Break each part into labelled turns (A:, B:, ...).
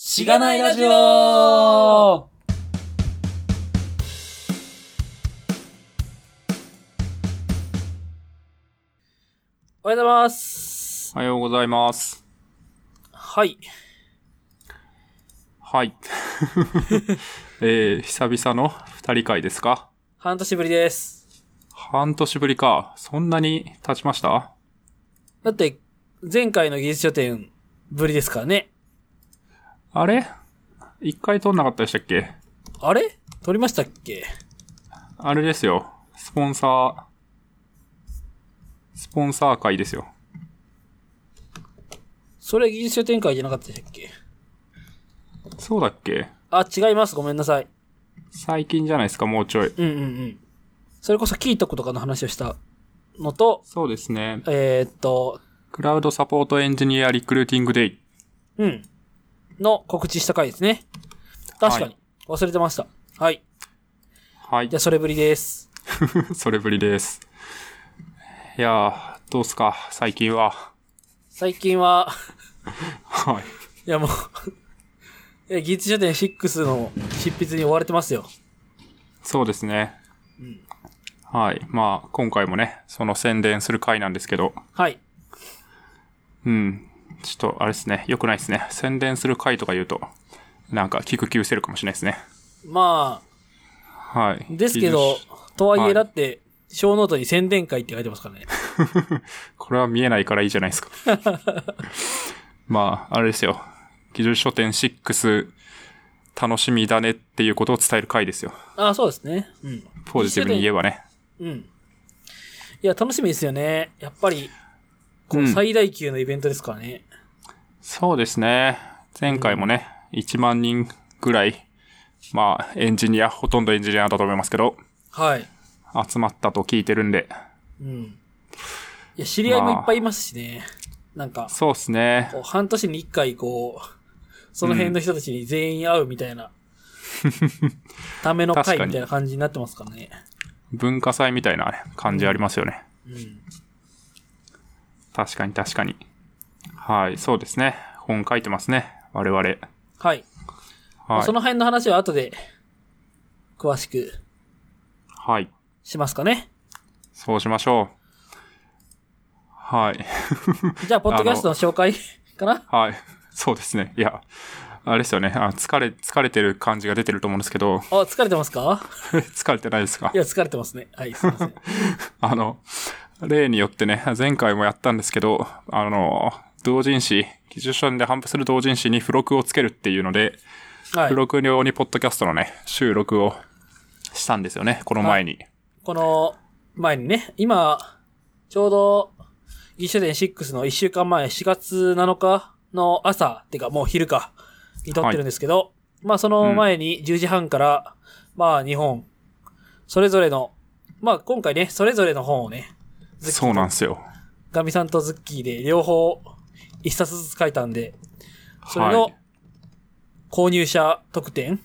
A: しがないラジオおはようございます。
B: おはようございます。
A: はい。
B: はい。 えー、久々の二人会ですか
A: 半年ぶりです。
B: 半年ぶりか。そんなに経ちました
A: だって、前回の技術書店ぶりですからね。
B: あれ一回撮んなかったでしたっけ
A: あれ撮りましたっけ
B: あれですよ。スポンサー、スポンサー会ですよ。
A: それ技術書店会じゃなかったでしたっけ
B: そうだっけ
A: あ、違います。ごめんなさい。
B: 最近じゃないですか、もうちょい。
A: うんうんうん。それこそキートクとかの話をしたのと、
B: そうですね。
A: えー、っと、
B: クラウドサポートエンジニアリクルーティングデイ。
A: うん。の告知した回ですね。確か
B: は
A: に
B: い。
A: 忘れてました。はい。
B: はい
A: じゃ。あ、それぶりです。
B: それぶりです。いやー、どうっすか、最近は。
A: 最近は、
B: はい。
A: いやもう いや、技術書店6の執筆に追われてますよ。
B: そうですね。はい。まあ、今回もね、その宣伝する回なんですけど、
A: はい。
B: うん。ちょっと、あれですね。良くないですね。宣伝する回とか言うと、なんか、聞く気失せるかもしれないですね。
A: ま
B: はい。
A: あ、ですけど、とはい
B: は
A: え
B: い
A: だって、小ノートに宣伝会って書いてますから ね。
B: これは見えないからいいじゃな いですか。まあ、あれですよ。技術書店6、楽しみだねっていうことを伝える回ですよ。
A: ああ、そうですね。うん。
B: ポジティブに言えばね。
A: うん。いや、楽しみですよね。やっぱり、こ
B: う
A: うん最大級のイベントですからね。
B: そうですね。前回もね、1万人ぐらい、まあ、エンジニア、ほとんどエンジニアだと思いますけど、
A: はい。
B: 集まったと聞いてるんで、
A: うん。いや、知り合いもいっぱいいますしね。なんか、
B: そうですね。
A: こう半年に一回こう、その辺の人たちに全員会うみたいな、ための
B: 確
A: 会
B: かに
A: みたいな感じになってますからね。
B: 文化祭みたいなね感じありますよね。
A: うん。
B: 確かに確かに。はい、そうですね。本書いてますね。我々。
A: はい。まあ
B: はい
A: そ。の辺の話は後で、詳しく
B: はい。
A: しますかね。
B: そうしましょう。はい。
A: じゃあ、ポッドキャストの紹介かな
B: はい。そうですね。いや、あれですよね。あ疲れ、疲れてる感じが出てると思うんですけど、
A: あ、疲れてますか
B: 疲れてないですか
A: いや、疲れてますね。はい、すいません。
B: あの、例によってね、前回もやったんですけど、あの、同人誌、技術書で頒布する同人誌に付録をつけるっていうので、
A: はい
B: 付。録用にポッドキャストのね、収録をしたんですよね、この前に。
A: この前にね、今、ちょうど、義書店6の1週間前、4月7日の朝、ってかもう昼か、に撮ってるんですけど、まあその前に10時半から、まあ日本、それぞれの、まあ今回ね、それぞれの本をね、ズッキ
B: そう
A: ー
B: なん
A: と
B: ですよ。
A: ガミさんとズッキーで両方1冊ずつ書いたんで、それ
B: は
A: の
B: い。
A: 購入者特典、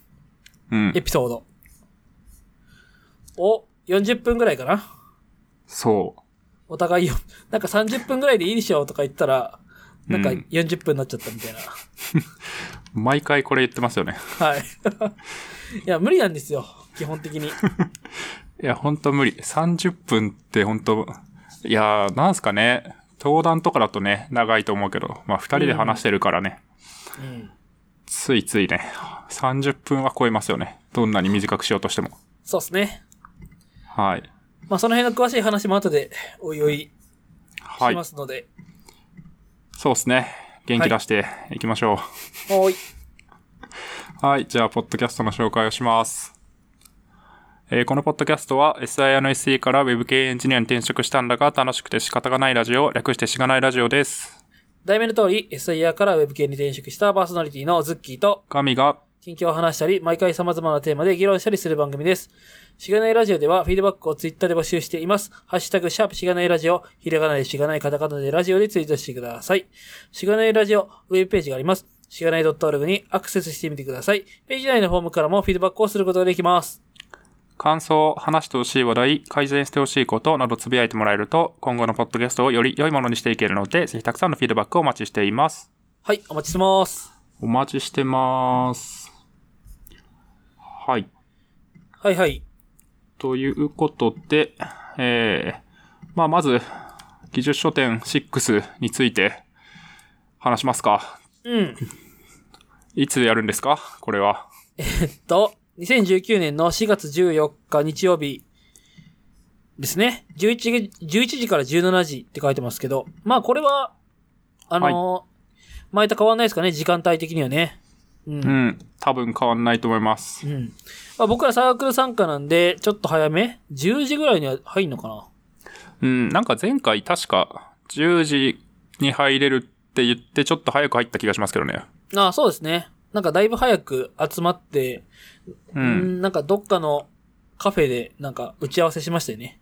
B: うん
A: エ。ピソードを40分ぐらいかな
B: そ
A: お互いよ、 なんか30分ぐらいでいいでしょとか言ったら、なんか
B: うん
A: 40分になっちゃったみた いな。
B: う。毎回これ言ってますよね。
A: はい。いや、無理なんですよ。基本 的に。
B: いや、ほんと無理。30分ってほんと、いやー、なんすかね。登壇とかだとね、長いと思うけど、まあ、二人で話してるからね、
A: うん。
B: ついついね、30分は超えますよね。どんなに短くしようとしても。
A: そうですね。
B: はい。
A: まあ、その辺の詳しい話も後で、おいおい、
B: は
A: し
B: い
A: ま。すので。
B: そうですね。元気出していきましょ
A: おい。
B: う。はい。じゃあ、ポッドキャストの紹介をします。えーこのポッドキャストは SIR の SE から Web 系エンジニアに転職したんだが楽しくて仕方がないラジオ、略してしがないラジオです。
A: 題名の通り、SIR から Web 系に転職したパーソナリティのズッキーと、
B: 神が、
A: 近況を話したり、毎回様々なテーマで議論したりする番組です。しがないラジオでは、フィードバックをツイッターで募集しています。ハッシュタグ、シャープしがないラジオ、ひらがなでしがないカタカナでラジオでツイートしてください。しがないラジオ、ウェブページがあります。しがない .org にアクセスしてみてください。ページ内のフォームからもフィードバックをすることができます。
B: 感想、話してほしい話題、改善してほしいことなどつぶやいてもらえると、今後のポッドキャストをより良いものにしていけるので、ぜひたくさんのフィードバックをお待ちしています。
A: はい、お待ちしてます。
B: お待ちしてます。はい。
A: はいはい。
B: ということで、えー、まあ、まず、技術書店6について話しますか。
A: うん。
B: いつやるんですかこれは。
A: えっと、2019年の4月14日日曜日ですね。11, 11時から17時って書いてますけど、まあこれは、あのー前と変わんないですかね、時間帯的にはね。うん。う
B: うんん。多分変わんないと思います。
A: まあ、僕らサークル参加なんで、ちょっと早め ?10 時ぐらいには入んのかな
B: うん。なんか前回確か10時に入れるって言ってちょっと早く入った気がしますけどね。
A: ああ、そうですね。なんかだいぶ早く集まって、う
B: う。
A: んん、なんかどっかのカフェでなんか打ち合わせしましたよね。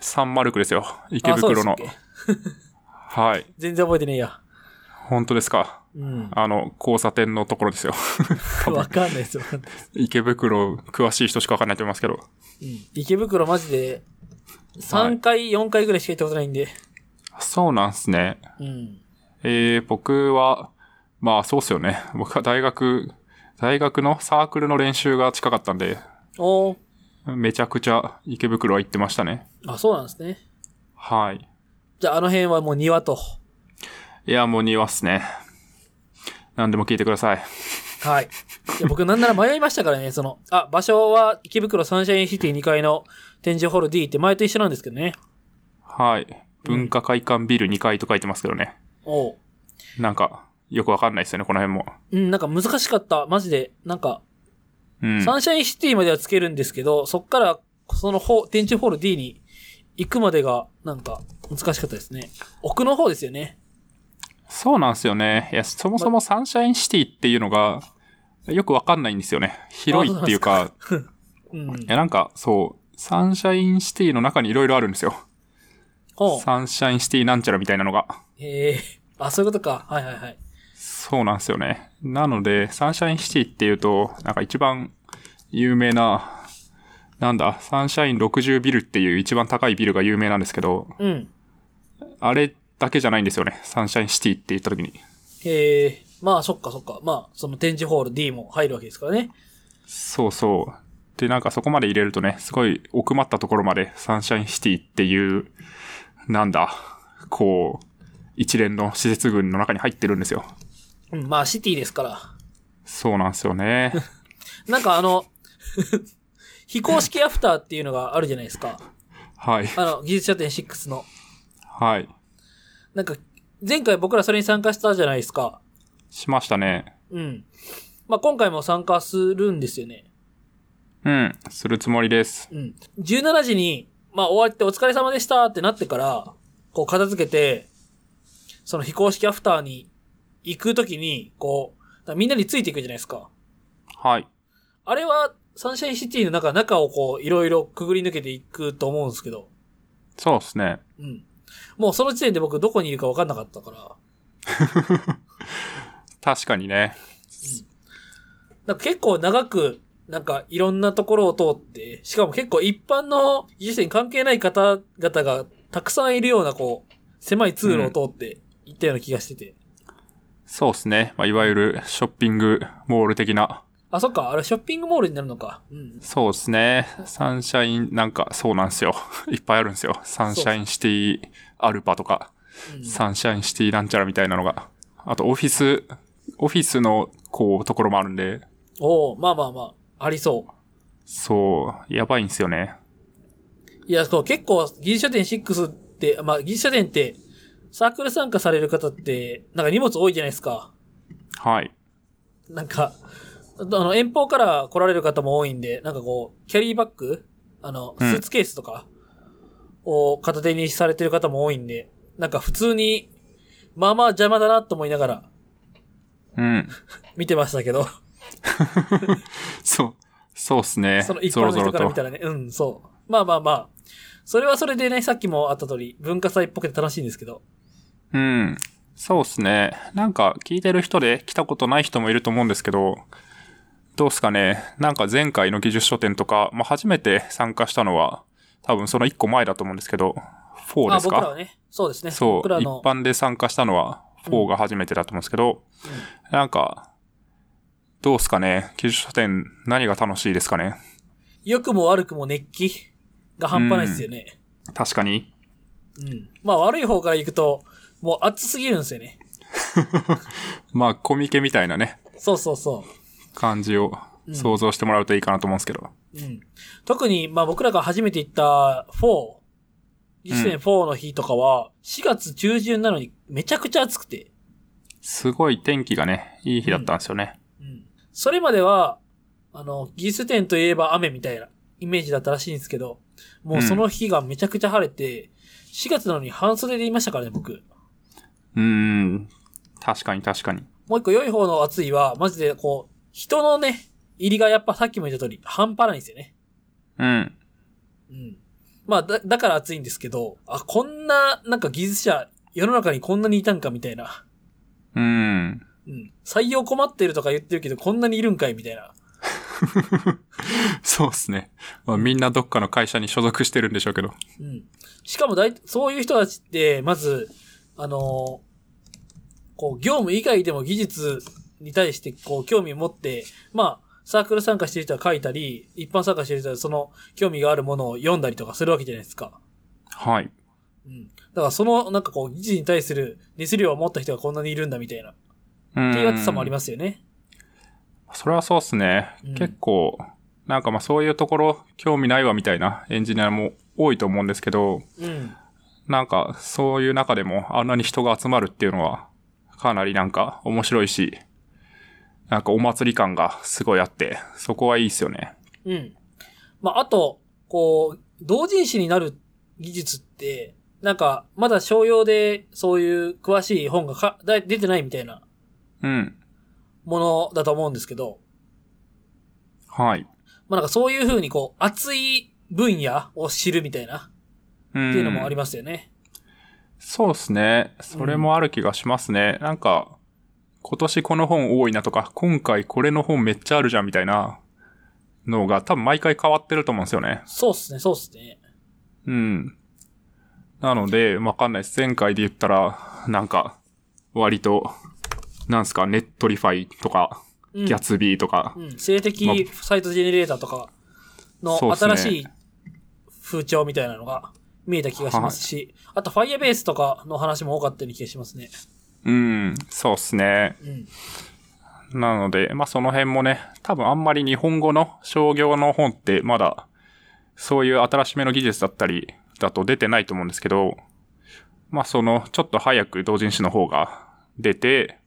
B: サンマルクですよ。池
A: あ、そうで
B: 袋
A: したっ
B: の。
A: け
B: はい。
A: 全然覚えてねえや。
B: 本当ですか。
A: うん。
B: あの、交差点のところですよ。
A: わかんないです、わかんないです。
B: 池袋、詳しい人しかわかんないと思いますけど。
A: うん池袋マジで、3回、4回ぐらいしか行ったことないんで。
B: そうなんすね。
A: うん。
B: えー、僕は、まあそうっすよね。僕は大学、大学のサークルの練習が近かったんで、
A: おー
B: めちゃくちゃ池袋は行ってましたね。
A: あ、そうなんですね。
B: はい。
A: じゃあ、あの辺はもう庭と。
B: いや、もう庭っすね。何でも聞いてください。
A: はい。いや僕なんなら迷いましたからね、その、あ、場所は池袋サンシャインシティ2階の展示ホール D って前と一緒なんですけどね。
B: はい。文化会館ビル2階と書いてますけどね。
A: おう
B: なんか、よくわかんないですよね、この辺も。
A: うん、なんか難しかった。マジで。なんか、
B: うん。
A: サンシャインシティまではつけるんですけど、そっから、そのホ展示ホール D に行くまでが、なんか、難しかったですね。奥の方ですよね。
B: そうなんですよね。いや、そもそもサンシャインシティっていうのが、よくわかんないんですよね。広いっていう
A: あ
B: か、
A: うん
B: い。や、なんか、そう、サンシャインシティの中にいろいろあるんですよ。
A: おう
B: サンシャインシティなんちゃらみたいなのが。
A: へえ。あ、そういうことか。はいはいはい。
B: そうなんですよね。なので、サンシャインシティっていうと、なんか一番有名な、なんだ、サンシャイン60ビルっていう一番高いビルが有名なんですけど、
A: うん。
B: あれだけじゃないんですよね。サンシャインシティって言った時に。
A: へえ。まあ、そっかそっか。まあ、その展示ホール D も入るわけですからね。
B: そうそう。で、なんかそこまで入れるとね、すごい奥まったところまでサンシャインシティっていう、なんだ、こう、一連の施設群の中に入ってるんですよ。
A: うん、まあ、シティですから。
B: そうなんですよね。
A: なんかあの、 非公式アフターっていうのがあるじゃないですか。
B: はい。
A: あの、技術書店6の。
B: はい。
A: なんか、前回僕らそれに参加したじゃないですか。
B: しましたね。
A: うん。まあ、今回も参加するんですよね。
B: うん。するつもりです。
A: うん。17時に、まあ、終わってお疲れ様でしたってなってから、こう、片付けて、その非公式アフターに行くときに、こう、だからみんなについていくじゃないですか。
B: はい。
A: あれは、サンシャインシティの中、中をこう、いろいろくぐり抜けていくと思うんですけど。
B: そうですね。
A: うん。もうその時点で僕どこにいるか分かんなかったから。
B: 確かにね。
A: なんか結構長く、なんかいろんなところを通って、しかも結構一般の技術者に関係ない方々がたくさんいるようなこう、狭い通路を通って行ったような気がしてて。
B: そうですね。まあ、いわゆるショッピングモール的な。
A: あ、そっか、あれショッピングモールになるのか。うん。
B: そうですね。サンシャイン、なんか、そうなんですよ。 いっぱいあるんですよ。サンシャインシティアルパとか、
A: うん
B: サンシャインシティなんちゃらみたいなのが。あと、オフィス、オフィスの、こう、ところもあるんで、
A: おおまあまあまあ、ありそう。
B: そう、やばいんですよね。
A: いや、そう、結構、技術書店6って、まあ、技術書店って、サークル参加される方って、なんか荷物多いじゃないですか。
B: はい。
A: なんか、あの、遠方から来られる方も多いんで、なんかこう、キャリーバッグあの、ス
B: うん
A: ーツケースとかを片手にされてる方も多いんで、なんか普通に、まあまあ邪魔だなと思いながら
B: うん。
A: 見てましたけど、
B: そう、そうっすね。
A: その一
B: ぞ
A: 般の
B: ろぞろ
A: 人から
B: と
A: 見た。らね、うん、そう。まあまあまあ。それはそれでね、さっきもあった通り、文化祭っぽくて楽しいんですけど。
B: うん。そうっすね。なんか、聞いてる人で来たことない人もいると思うんですけど、どうっすかね。なんか前回の技術書店とか、まあ、初めて参加したのは、多分その一個前だと思うんですけど、4
A: ま
B: で
A: あ
B: す
A: 僕ら
B: か
A: はね、そうですね。
B: そう、
A: 僕ら
B: 一
A: の、
B: 般で参加したのは4が初めてだと思うんですけど、なんか、どうですかね技術書店何が楽しいですかね
A: 良くも悪くも熱気が半端ないですよね。
B: 確かに。
A: うん。まあ悪い方から行くと、もう熱すぎるんですよね。
B: まあ、コミケみたいなね、
A: そうそうそ
B: 感じを想像してもらうといいかなと思うんですけど。
A: う。うん。特に、まあ僕らが初めて行った4、実践4の日とかは、4月中旬なのにめちゃくちゃ暑くて。
B: すごい天気がね、いい日だったんですよね。
A: うん。それまでは、あの、技術店といえば雨みたいなイメージだったらしいんですけど、もうその日がめちゃくちゃ晴れて、4月なのに半袖でいましたからね、僕。
B: うーん。確かに確かに。
A: もう一個良い方の暑いは、マジでこう、人のね、入りがやっぱさっきも言った通り、半端ないんですよね。
B: うん。
A: うん。まあ、だ、だから暑いんですけど、あ、こんな、なんか技術者、世の中にこんなにいたんかみたいな。
B: うん。
A: うん。採用困ってるとか言ってるけど、こんなにいるんかいみたいな。
B: そうですね。まあ、みんなどっかの会社に所属してるんでしょうけど。
A: うん。しかもだい、そういう人たちって、まず、あのーこう、業務以外でも技術に対して、こう、興味を持って、まあ、サークル参加してる人は書いたり、一般参加してる人はその興味があるものを読んだりとかするわけじゃないですか。
B: はい。
A: うん。だからその、なんかこう、技術に対する熱量を持った人がこんなにいるんだみたいな、
B: うん。
A: っていう熱さもありますよね。
B: それはそうっすね。
A: うん
B: 結構、なんかまあそういうところ興味ないわみたいなエンジニアも多いと思うんですけど、
A: うん。
B: なんかそういう中でもあんなに人が集まるっていうのはかなりなんか面白いし、なんかお祭り感がすごいあって、そこはいいっすよね。
A: うん。まあ、あと、こう、同人誌になる技術って、なんか、まだ商用でそういう詳しい本がかだ出てないみたいな
B: うん。
A: ものだと思うんですけど、
B: はい。
A: まあ、なんかそういう風にこう、熱い分野を知るみたいな、
B: うん。
A: っていうのもありますよね。
B: そうですね。それもある気がしますね。なんか、今年この本多いなとか、今回これの本めっちゃあるじゃんみたいなのが多分毎回変わってると思うんですよね。
A: そうっすね、そうっすね。
B: うん。なので、わかんないです。前回で言ったら、なんか、割と、なんすか、ネットリファイとか、
A: うん
B: ギャツビーとか、
A: うん、性
B: ま
A: 的サイトジェネレーターとかの
B: そうっすね
A: 新しい風潮みたいなのが見えた気がしますし、あと Firebase とかの話も多かったような気がしますね。
B: うん、そうっすね。
A: うん。
B: なので、まあその辺もね、多分あんまり日本語の商業の本ってまだ、そういう新しめの技術だったりだと出てないと思うんですけど、まあその、ちょっと早く同人誌の方が出て、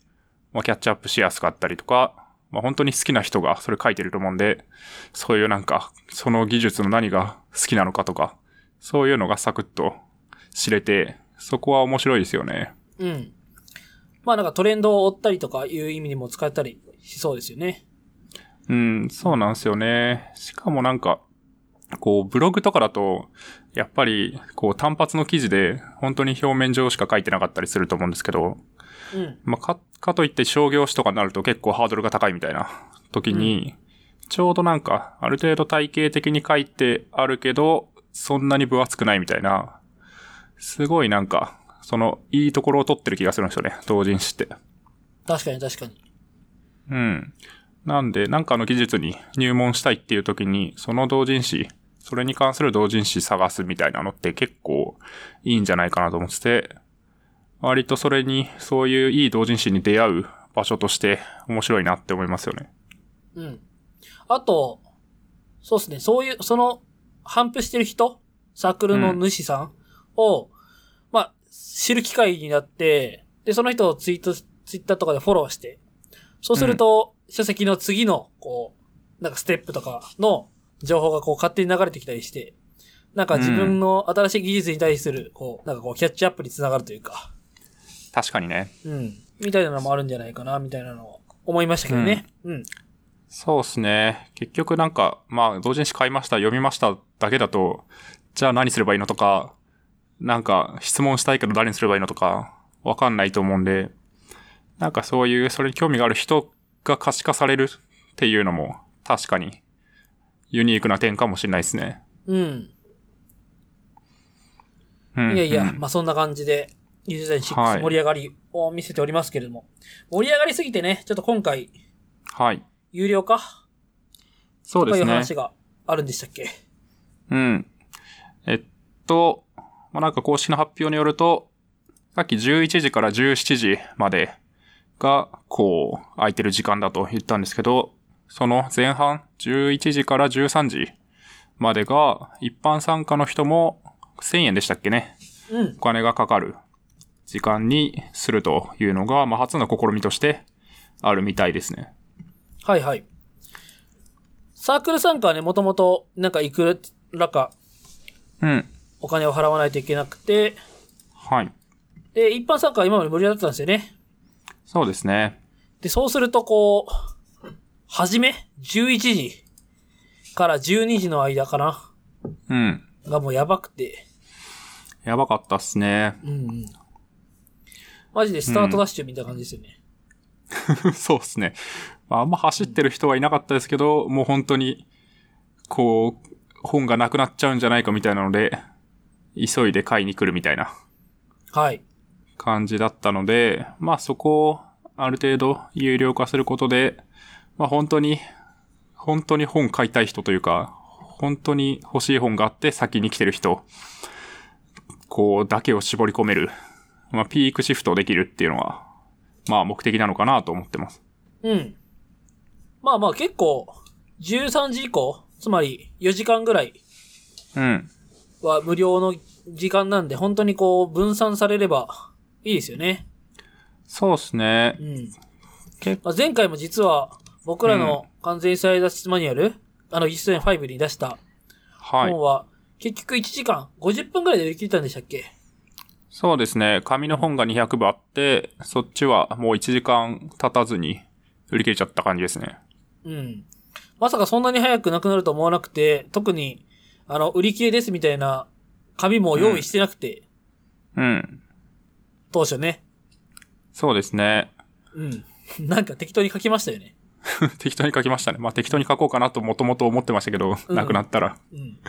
B: まあキャッチアップしやすかったりとか、まあ本当に好きな人がそれ書いてると思うんで、そういうなんか、その技術の何が好きなのかとか、そういうのがサクッと知れて、そこは面白いですよね。
A: うん。まあなんかトレンドを追ったりとかいう意味にも使えたりしそうですよね。
B: うん、そうなんですよね。しかもなんか、こう、ブログとかだと、やっぱり、こう、単発の記事で、本当に表面上しか書いてなかったりすると思うんですけど、
A: うん。
B: まあ、か、かといって商業誌とかになると結構ハードルが高いみたいな時に、ちょうどなんか、ある程度体系的に書いてあるけど、そんなに分厚くないみたいな、すごいなんか、その、いいところを取ってる気がするんですよね、同人誌って。
A: 確かに確かに。
B: うん。なんで、なんかの技術に入門したいっていう時に、その同人誌、それに関する同人誌探すみたいなのって結構いいんじゃないかなと思ってて、割とそれに、そういういい同人誌に出会う場所として面白いなって思いますよね。
A: うん。あと、そうですね、そういう、その、反布してる人、サークルの主さんを、まあ、知る機会になって、で、その人をツイート、ツイッターとかでフォローして、そうすると、書籍の次の、こう、なんかステップとかの情報がこう勝手に流れてきたりして、なんか自分の新しい技術に対する、こう、なんかこうキャッチアップにつながるというか、
B: 確かにね。
A: うん。みたいなのもあるんじゃないかな、みたいなのを思いましたけどね。うん。
B: そうですね。結局なんか、まあ、同人誌買いました、読みましただけだと、じゃあ何すればいいのとか、なんか質問したいけど誰にすればいいのとか、わかんないと思うんで、なんかそういう、それに興味がある人が可視化されるっていうのも、確かに、ユニークな点かもしれないですね。
A: うん。
B: うん。
A: いやいや、
B: うん
A: まあそんな感じで、ユーザー
B: は
A: 6
B: い
A: 盛り上がりを見せておりますけれども、盛り上がりすぎてね、ちょっと今回、
B: はい。
A: 有料化
B: そう
A: と
B: で
A: かい
B: す
A: う
B: ね。
A: 話があるんでしたっけ
B: うん。えっと、まあ、なんか公式の発表によると、さっき11時から17時までが、こう、空いてる時間だと言ったんですけど、その前半、11時から13時までが、一般参加の人も1000円でしたっけね。
A: うん
B: お。金がかかる時間にするというのが、まあ、初の試みとしてあるみたいですね。
A: はいはい。サークル参加はね、もともと、なんかいくらか
B: うん。
A: お金を払わないといけなくて、
B: はい。
A: で、一般参加は今まで無料だったんですよね。
B: そうですね。
A: で、そうするとこう、はじめ、11時から12時の間かな
B: うん。
A: がもうやばくて、
B: やばかったっすね。
A: うんうん。マジでスタートダッシュみたいな感じですよね。
B: そうですね。まああんま走ってる人はいなかったですけど、もう本当に、こう、本がなくなっちゃうんじゃないかみたいなので、急いで買いに来るみたいな
A: はい。
B: 感じだったので、まあそこをある程度有料化することで、まあ本当に、本当に本買いたい人というか、本当に欲しい本があって先に来てる人、こうだけを絞り込める、まあピークシフトできるっていうのは、まあ目的なのかなと思ってます。
A: うん。まあまあ結構、13時以降、つまり4時間ぐらい
B: うん。
A: は無料の時間なんで、本当にこう分散されればいいですよね。
B: そうですね
A: う。ん
B: 結。
A: まあ、前回も実は僕らの完全再脱マニュアル、あの、実践5に出した
B: はい
A: 本。は、結局1時間50分ぐらいで売り切ったんでしたっけ
B: そうですね。紙の本が200部あって、そっちはもう1時間経たずに売り切れちゃった感じですね。
A: うん。まさかそんなに早くなくなると思わなくて、特に、あの、売り切れですみたいな紙も用意してなくて、
B: うん。
A: 当初ね。
B: そうですね。
A: うん。なんか適当に書きましたよね。
B: 適当に書きましたね。まあ適当に書こうかなともともと思ってましたけど、
A: うん
B: なくなったら。
A: うん。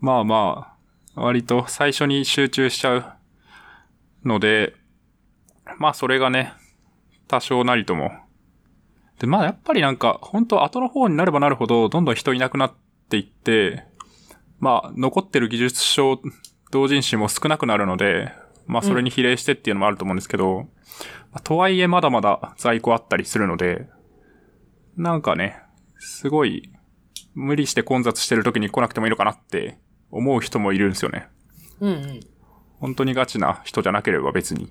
B: まあまあ、割と最初に集中しちゃうので、まあそれがね、多少なりとも。で、まあやっぱりなんか、本当後の方になればなるほど、どんどん人いなくなっていって、まあ残ってる技術書同人誌も少なくなるので、まあそれに比例してっていうのもあると思うんですけど、まあとはいえまだまだ在庫あったりするので、なんかね、すごい無理して混雑してる時に来なくてもいいのかなって思う人もいるんですよね。
A: うんうん。
B: 本当にガチな人じゃなければ別に。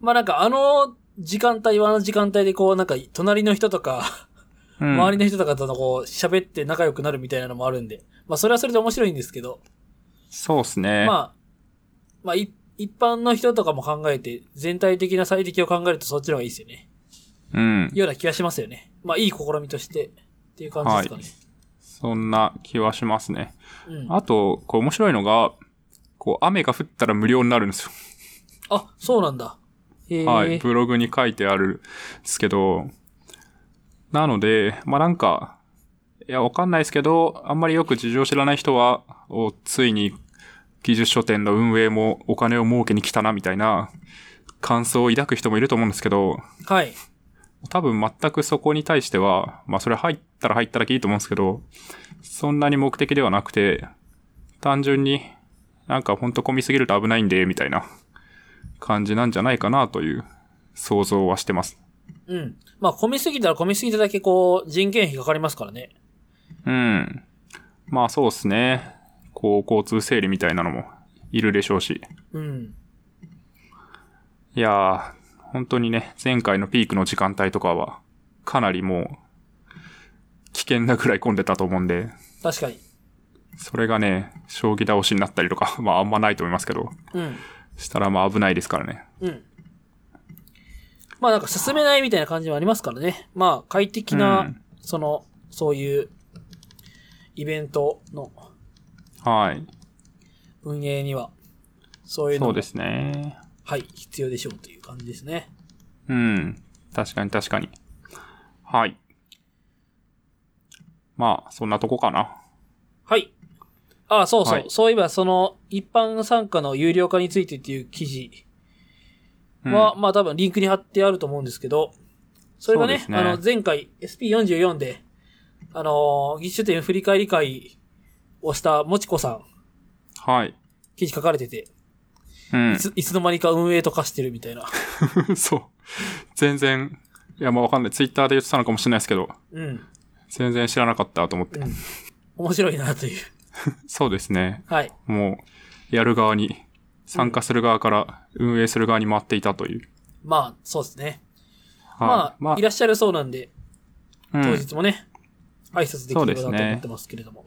A: まあなんかあの時間帯はあの時間帯でこうなんか隣の人とか、
B: うん、
A: 周りの人とかとこう喋って仲良くなるみたいなのもあるんで、まあそれはそれで面白いんですけど、
B: そうですね。
A: まあ、まあい一般の人とかも考えて、全体的な最適を考えるとそっちの方がいいですよね。
B: うん。
A: ような気がしますよね。まあいい試みとしてっていう感じです
B: そんな気はしますね。
A: かね。うん。
B: あと、こう面白いのが、こう雨が降ったら無料になるんですよ。
A: あ、そうなんだ。へえ。
B: はい、ブログに書いてあるんですけど、なので、まあなんか、いや、わかんないですけど、あんまりよく事情を知らない人は、おついに技術書店の運営もお金を儲けに来たな、みたいな感想を抱く人もいると思うんですけど、
A: はい。
B: 多分全くそこに対しては、まあそれ入ったら入っただけいいと思うんですけど、そんなに目的ではなくて、単純になんかほんと混みすぎると危ないんで、みたいな感じなんじゃないかなという想像はしてます。
A: うん。まあ混みすぎたら混みすぎただけこう人件費かかりますからね。
B: うん。まあそうですね。こう交通整理みたいなのもいるでしょうし。
A: うん。
B: いやー、本当にね、前回のピークの時間帯とかは、かなりもう、危険なくらい混んでたと思うんで、
A: 確かに。
B: それがね、将棋倒しになったりとか、 まああんまないと思いますけど、
A: うん。
B: したらまあ危ないですからね。
A: うん。まあなんか進めないみたいな感じもありますからね。まあ快適な、
B: うん
A: その、そういうイベントの
B: はい。
A: 運営には、そういうの
B: そ
A: も
B: うですね。
A: はい、必要でしょうという感じですね。
B: うん。確かに確かに。はい。まあ、そんなとこかな。
A: はい。ああ、そうそう。
B: はい
A: そういえば、その、一般参加の有料化についてっていう記事
B: うん
A: は、まあ多分リンクに貼ってあると思うんですけど、それがね、
B: そうですね
A: あの、前回 SP44 で、あのー、技術点振り返り会をしたもちこさん、
B: はい。
A: 記事書かれてて、
B: うん
A: い。 つ、いつの間にか運営と化してるみたいな。
B: そう。全然、いや、まあわかんない。ツイッターで言ってたのかもしれないですけど、
A: うん。
B: 全然知らなかったと思って。
A: うん面白いなという。
B: そうですね。
A: はい。
B: もう、やる側に、参加する側から運営する側に回っていたという。
A: まあ、そうですね。
B: は
A: まあ、
B: いま
A: いらっしゃるそうなんで、
B: あ、
A: 当日もね、挨拶でき
B: そう
A: る
B: で
A: かなと
B: すね
A: 思ってますけれども。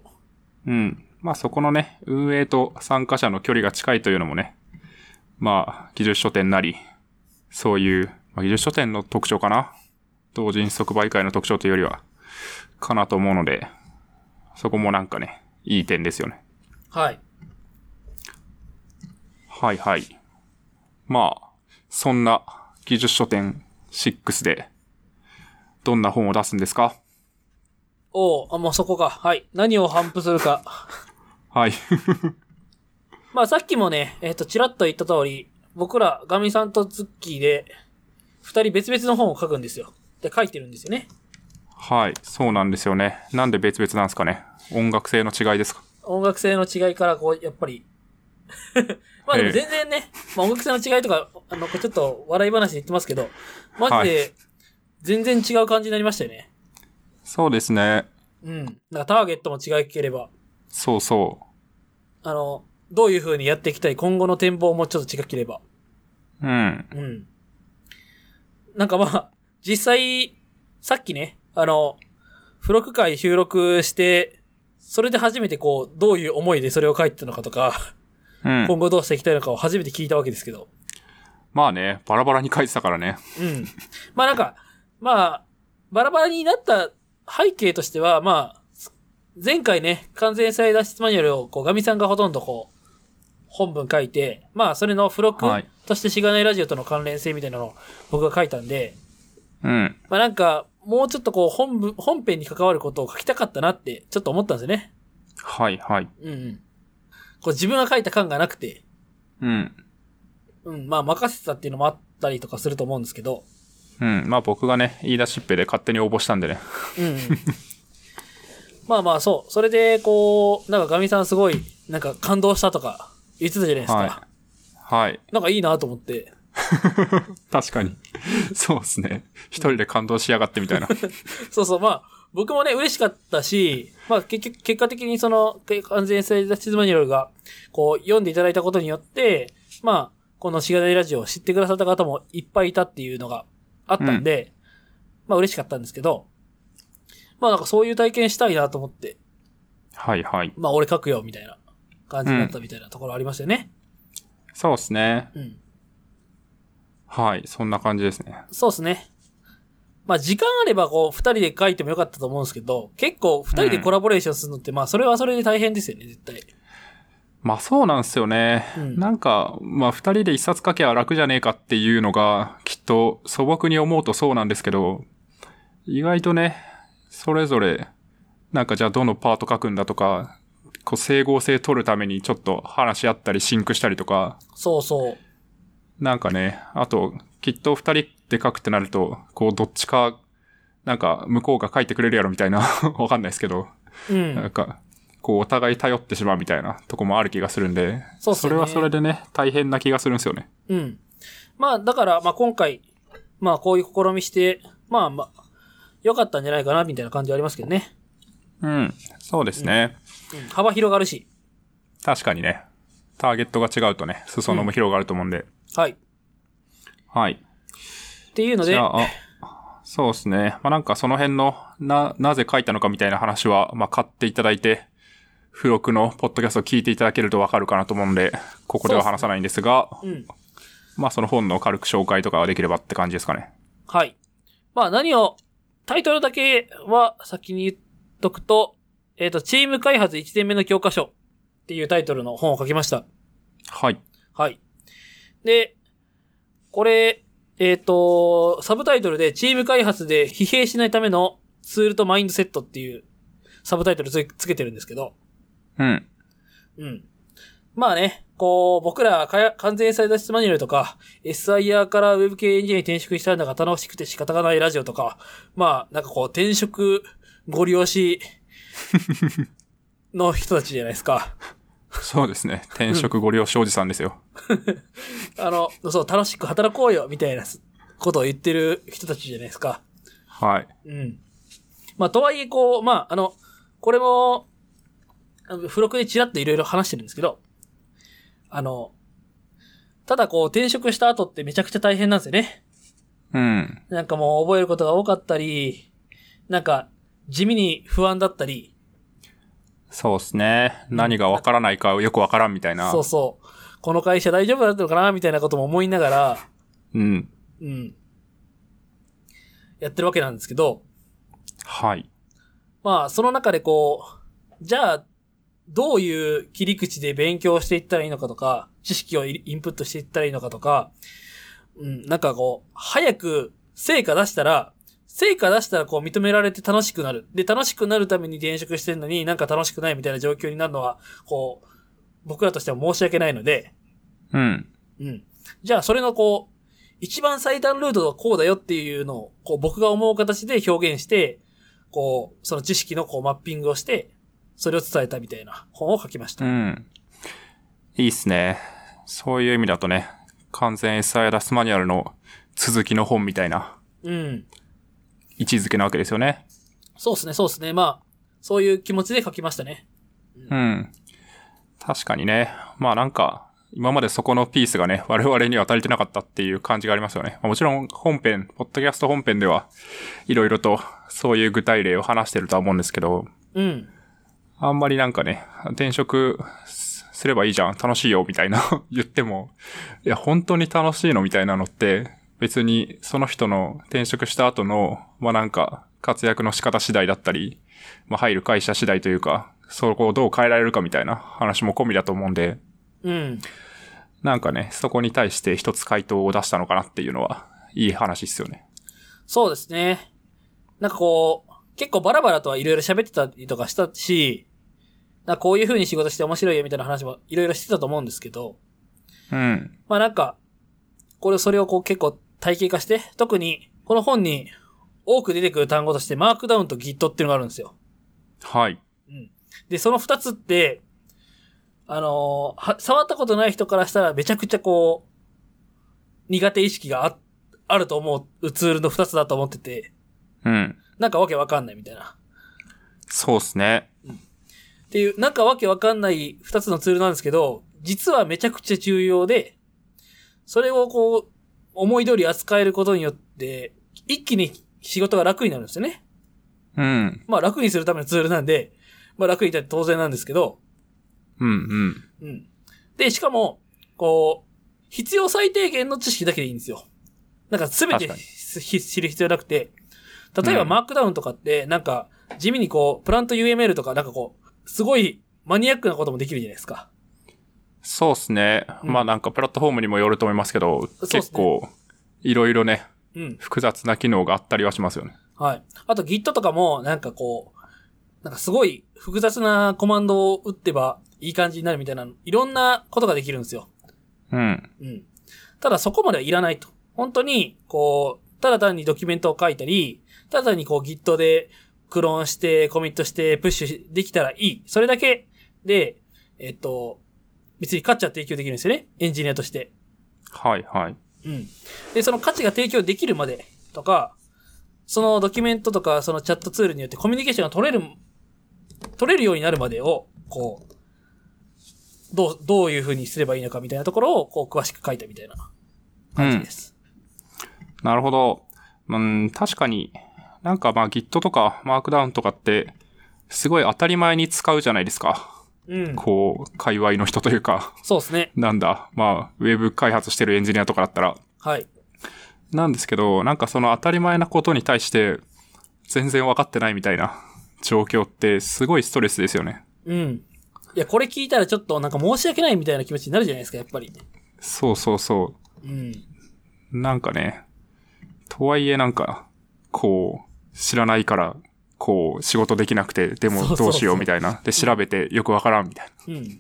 B: うん。うん。まあそこのね、運営と参加者の距離が近いというのもね、まあ、技術書店なり、そういう、まあ、技術書店の特徴かな。同人即売会の特徴というよりは、かなと思うので、そこもなんかね、いい点ですよね。
A: はい。
B: はいはい。まあ、そんな技術書店6で、どんな本を出すんですか
A: おうあ、もうそこか。はい。何を反布するか。
B: はい。
A: まあ、さっきもね、えっ、と、ちらっと言った通り、僕ら、ガミさんとズッキーで、二人別々の本を書くんですよ。で、書いてるんですよね。
B: はい、そうなんですよね。なんで別々なんですかね。音楽性の違いですか
A: 音楽性の違いから、こう、やっぱり。 まあでも全然ね、まあ音楽性の違いとか、あの、これちょっと笑い話で言ってますけど、マジ
B: は
A: で、全然違う感じになりましたよね。
B: そうですね。
A: うん。なんかターゲットも違ければ、
B: そうそ
A: あの、どういう風にやっていきたい、今後の展望もちょっと違ければ。
B: う。うん。
A: うん。なんかまあ、実際、さっきね、あの、付録会収録して、それで初めてこう、どういう思いでそれを書いてたのかとか、
B: うん。
A: 今後どうしていきたいのかを初めて聞いたわけですけど。
B: まあね、バラバラに書いてたからね。
A: うん。まあなんか、まあ、バラバラになった背景としては、まあ、前回ね、完全再脱出マニュアルを、こう、ガミさんがほとんどこう、本文書いて、まあ、それの付録
B: はい
A: としてしがないラジオとの関連性みたいなのを僕が書いたんで、
B: うん。
A: まあなんか、もうちょっとこう、本文、本編に関わることを書きたかったなって、ちょっと思ったんですよね。
B: はいはい。
A: うんうん。こう、自分が書いた感がなくて、
B: うん。
A: うん、まあ、任せてたっていうのもあったりとかすると思うんですけど、
B: うん。まあ僕がね、言い出しっぺで勝手に応募したんでね。
A: うんうん、 まあまあそう。それで、こう、なんかガミさんすごい、なんか感動したとか言ってたじゃないですか。
B: ははい。
A: なんかいいなと思って。
B: 確かに。 そうですね。一人で感動しやがってみた いな。
A: そうそう、まあ、僕もね、嬉しかったし、まあ結局、結果的にその、完全性脱出マニュアルが、こう、読んでいただいたことによって、まあ、このしがないラジオを知ってくださった方もいっぱいいたっていうのがあったんで、まあ嬉しかったんですけど、まあなんかそういう体験したいなと思って、
B: はいはい。
A: まあ俺書くよ、みたいな感じになったみたいなところありましたよね。
B: そうですね。
A: うん。
B: はい。そんな感じですね。
A: そうですね。まあ、時間あれば、こう、二人で書いてもよかったと思うんですけど、結構、二人でコラボレーションするのって、まあ、それはそれで大変ですよね、絶対。
B: まあそうなんですよね。
A: うん
B: なんか、まあ二人で一冊書けば楽じゃねえかっていうのが、きっと素朴に思うとそうなんですけど、意外とね、それぞれ、なんかじゃあどのパート書くんだとか、こう整合性取るためにちょっと話し合ったりシンクしたりとか、
A: そうそう。
B: なんかね、あと、きっと二人で書くってなると、こうどっちか、なんか向こうが書いてくれるやろみたいな、 わかんないですけど、
A: う
B: なん
A: ん。
B: か、こう、お互い頼ってしまうみたいなとこもある気がするんで、
A: そうっす
B: そ
A: よね
B: れはそれでね、大変な気がするんですよね。
A: うん。まあ、だから、まあ、今回、まあ、こういう試みして、まあ、まあ、良かったんじゃないかな、みたいな感じはありますけどね。
B: うん。そうですね。
A: うん。幅広がるし。
B: 確かにね、ターゲットが違うとね、裾野も広がると思うんで。
A: はい。
B: はい。
A: っていうの
B: じ
A: で、
B: ゃあ、あそうですね。まあ、なんかその辺の、な、なぜ書いたのかみたいな話は、まあ、買っていただいて、付録のポッドキャストを聞いていただけるとわかるかなと思うんで、ここでは話さないんですが、
A: うん。
B: まあ、その本の軽く紹介とかができればって感じですかね。
A: はい。まあ何を、タイトルだけは先に言っとくと、えっ、と、チーム開発1年目の教科書っていうタイトルの本を書きました。
B: はい。
A: はい。で、これ、えっ、と、サブタイトルでチーム開発で疲弊しないためのツールとマインドセットっていうサブタイトルつつけてるんですけど、
B: うん。
A: うん。まあね、こう、僕らか完全再脱出マニュアルとか、SIR からウェブ系エンジニアに転職したのが楽しくて仕方がないラジオとか、まあ、なんかこう、転職ご利用しの人たちじゃないですか。
B: そうですね。転職ご利用しおじさんですよ。
A: あの、そう、楽しく働こうよ、みたいなことを言ってる人たちじゃないですか。
B: はい。
A: うん。まあ、とはいえ、こう、まあ、あの、これも、あの付録でちらっといろいろ話してるんですけど、あの、ただこう、転職した後ってめちゃくちゃ大変なんですよね。
B: うん。
A: なんかもう覚えることが多かったり、なんか、地味に不安だったり、
B: そうですね。何がわからないかよくわからんみたいな。
A: そうそう、この会社大丈夫だったのかなみたいなことも思いながら、
B: うん。
A: うん。やってるわけなんですけど、
B: はい。
A: まあ、その中でこう、じゃあ、どういう切り口で勉強していったらいいのかとか、知識をイインプットしていったらいいのかとか、うん、なんかこう、早く成果出したら、成果出したらこう認められて楽しくなる。で、楽しくなるために転職してるのになんか楽しくないみたいな状況になるのは、こう、僕らとしては申し訳ないので、
B: うん。
A: うん。じゃあ、それのこう、一番最短ルートはこうだよっていうのを、こう、僕が思う形で表現して、こう、その知識のこう、マッピングをして、それを伝えたみたいな本を書きまし
B: う
A: た。
B: ん。いいっすね。そういう意味だとね、完全 SI ラスマニュアルの続きの本みたいな
A: うん。
B: 位置づけなわけですよね。
A: そうですね、そうですね。まあ、そういう気持ちで書きましたね。
B: うん。確かにね。まあなんか、今までそこのピースがね、我々には足りてなかったっていう感じがありますよね。まあもちろん本編、ポッドキャスト本編では、いろいろとそういう具体例を話してるとは思うんですけど、
A: うん。
B: あんまりなんかね、転職すすればいいじゃん、楽しいよ、みたいな 言っても、いや、本当に楽しいのみたいなのって、別にその人の転職した後の、まあなんか、活躍の仕方次第だったり、まあ入る会社次第というか、そこをどう変えられるかみたいな話も込みだと思うんで、
A: うん。
B: なんかね、そこに対して一つ回答を出したのかなっていうのは、いい話っすよね。
A: そうですね。なんかこう、結構バラバラとはいろいろ喋ってたりとかしたし、なんかこういう風に仕事して面白いよみたいな話もいろいろしてたと思うんですけど、
B: うん。
A: まあなんか、これ、それをこう結構体系化して、特に、この本に多く出てくる単語として、マークダウンと Git っていうのがあるんですよ。
B: はい。
A: うん。で、その二つって、あのーは、触ったことない人からしたらめちゃくちゃこう、苦手意識があ、あると思うツールの二つだと思ってて、
B: うん。
A: なんかわけわかんないみたいな。
B: そうっすね。
A: っていう、なんかわけわかんない二つのツールなんですけど、実はめちゃくちゃ重要で、それをこう、思い通り扱えることによって、一気に仕事が楽になるんですよね。
B: うん。
A: まあ楽にするためのツールなんで、まあ楽になって当然なんですけど、
B: うん、うん。
A: うん。で、しかも、こう、必要最低限の知識だけでいいんですよ。なんか全て
B: 確かに
A: ひ知る必要なくて、例えば
B: うん
A: マークダウンとかって、なんか、地味にこう、プラント UML とか、なんかこう、すごいマニアックなこともできるじゃないですか。
B: そうですね。
A: うん
B: まあなんかプラットフォームにもよると思いますけ
A: そう
B: ど、
A: っすね
B: 結構いろいろね、
A: うん。
B: 複雑な機能があったりはしますよね。
A: はい。あと Git とかも、なんかこう、なんかすごい複雑なコマンドを打ってばいい感じになるみたいな、いろんなことができるんですよ。
B: うん。
A: うん。ただそこまではいらないと。本当に、こう、ただ単にドキュメントを書いたり、ただ単にこう Git でクローンして、コミットして、プッシュできたらいい。それだけで、えっと、別に価値は提供できるんですよね。エンジニアとして。
B: はいはい。
A: うん。で、その価値が提供できるまでとか、そのドキュメントとか、そのチャットツールによってコミュニケーションが取れる、取れるようになるまでを、こう、どう、どういう風にすればいいのかみたいなところを、こう、詳しく書いたみたいな感じです。
B: なるほど。うん、確かになんかまあ Git とか Markdown とかってすごい当たり前に使うじゃないですか。
A: うん。
B: こう、界隈の人というか、
A: そうですね。
B: なんだ、まあウェブ開発してるエンジニアとかだったら。
A: はい。
B: なんですけど、なんかその当たり前なことに対して全然わかってないみたいな状況ってすごいストレスですよね。
A: うん。いや、これ聞いたらちょっとなんか申し訳ないみたいな気持ちになるじゃないですか、やっぱり。
B: そうそうそう。
A: うん。
B: なんかね、とはいえなんか、こう、知らないから、こう、仕事できなくて、で
A: そ
B: も
A: うそうそう
B: どうしようみたいな。で、調べてよくわからんみたいな。
A: うん。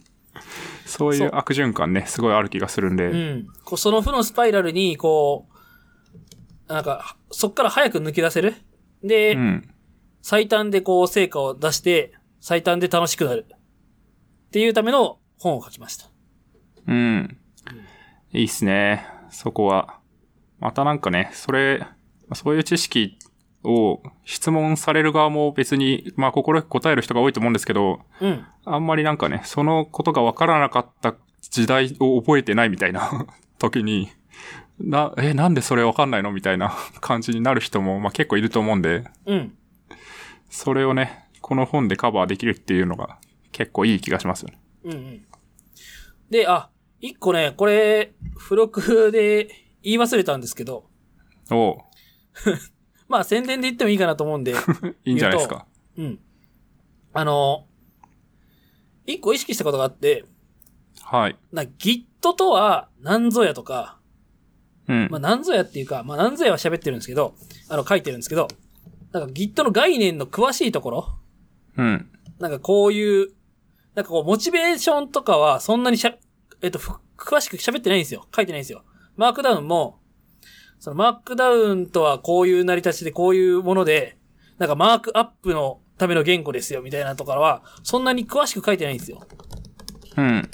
B: そういう悪循環ね、すごいある気がするんで。
A: うん。こうその負のスパイラルに、こう、なんか、そっから早く抜け出せる。で、
B: うん。
A: 最短でこう成果を出して、最短で楽しくなる。っていうための本を書きました。
B: うん。いいっすね。そこは。またなんかね、それ、そういう知識を質問される側も別に、まあ、心よく答える人が多いと思うんですけど、
A: うん。
B: あんまりなんかね、そのことが分からなかった時代を覚えてないみたいな 時に、な、え、なんでそれ分かんないのみたいな 感じになる人も、まあ、結構いると思うんで、
A: うん。
B: それをね、この本でカバーできるっていうのが結構いい気がしますよね。
A: うんうん。で、あ、一個ね、これ、付録で言い忘れたんですけど、
B: おう
A: まあ宣伝で言ってもいいかなと思うんで、
B: いいんじゃないですか。
A: うん。あの、一個意識したことがあって、
B: はい。
A: な、Git とは何ぞやとか、
B: うん。
A: まあ何ぞやっていうか、まあ何ぞやは喋ってるんですけど、あの書いてるんですけど、なんか Git の概念の詳しいところ、
B: うん。
A: なんかこういう、なんかこう、モチベーションとかはそんなにしゃ、えっと、ふ詳しく喋ってないんですよ。書いてないんですよ。マークダウンも、そのマークダウンとはこういう成り立ちでこういうもので、なんかマークアップのための言語ですよ、みたいなとかは、そんなに詳しく書いてないんですよ。
B: うん。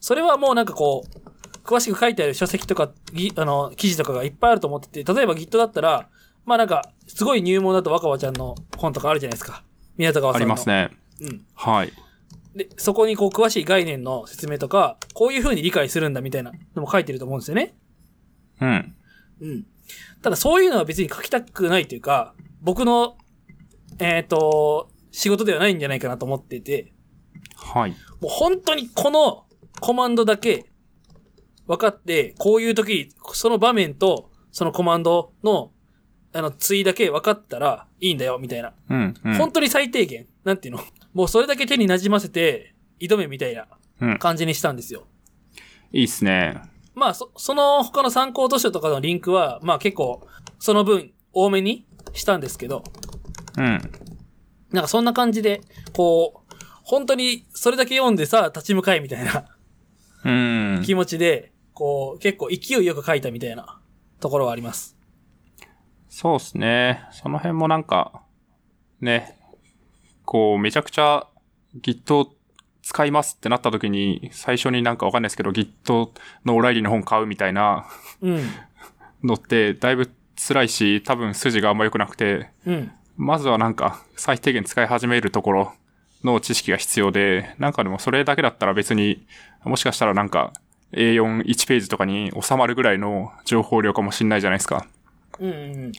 A: それはもうなんかこう、詳しく書いてある書籍とか、ぎあの、記事とかがいっぱいあると思ってて、例えば Git だったら、まあなんか、すごい入門だと若葉ちゃんの本とかあるじゃないですか。宮田川
B: あ
A: さんの。
B: ります。ね。
A: うん。
B: はい。
A: で、そこにこう詳しい概念の説明とか、こういう風に理解するんだみたいなのも書いてると思うんですよね。
B: うん。
A: うん。ただそういうのは別に書きたくないというか、僕の、えっ、と、仕事ではないんじゃないかなと思ってて、
B: はい。
A: もう本当にこのコマンドだけ分かって、こういう時、その場面とそのコマンドの、あの、対だけ分かったらいいんだよ、みたいな。
B: うん。うん。
A: 本当に最低限、なんていうのもうそれだけ手に馴染ませて、挑めみたいな
B: うん。
A: 感じにしたんですよ。
B: いいっすね。
A: まあ、そ、その他の参考図書とかのリンクは、まあ結構、その分多めにしたんですけど、
B: うん。
A: なんかそんな感じで、こう、本当にそれだけ読んでさ、立ち向かいみたいな
B: うん。
A: 気持ちで、こう、結構勢いよく書いたみたいなところはあります。
B: そうっすね。その辺もなんか、ね、こう、めちゃくちゃ Git 使いますってなった時に、最初になんかわかんないですけど、Git のオライリーの本買うみたいな
A: うん。
B: のって、だいぶ辛いし、多分筋があんま良くなくて、
A: うん。
B: まずはなんか、最低限使い始めるところの知識が必要で、なんかでもそれだけだったら別に、もしかしたらなんか、A41 ページとかに収まるぐらいの情報量かもしんないじゃないですか。
A: うんうん。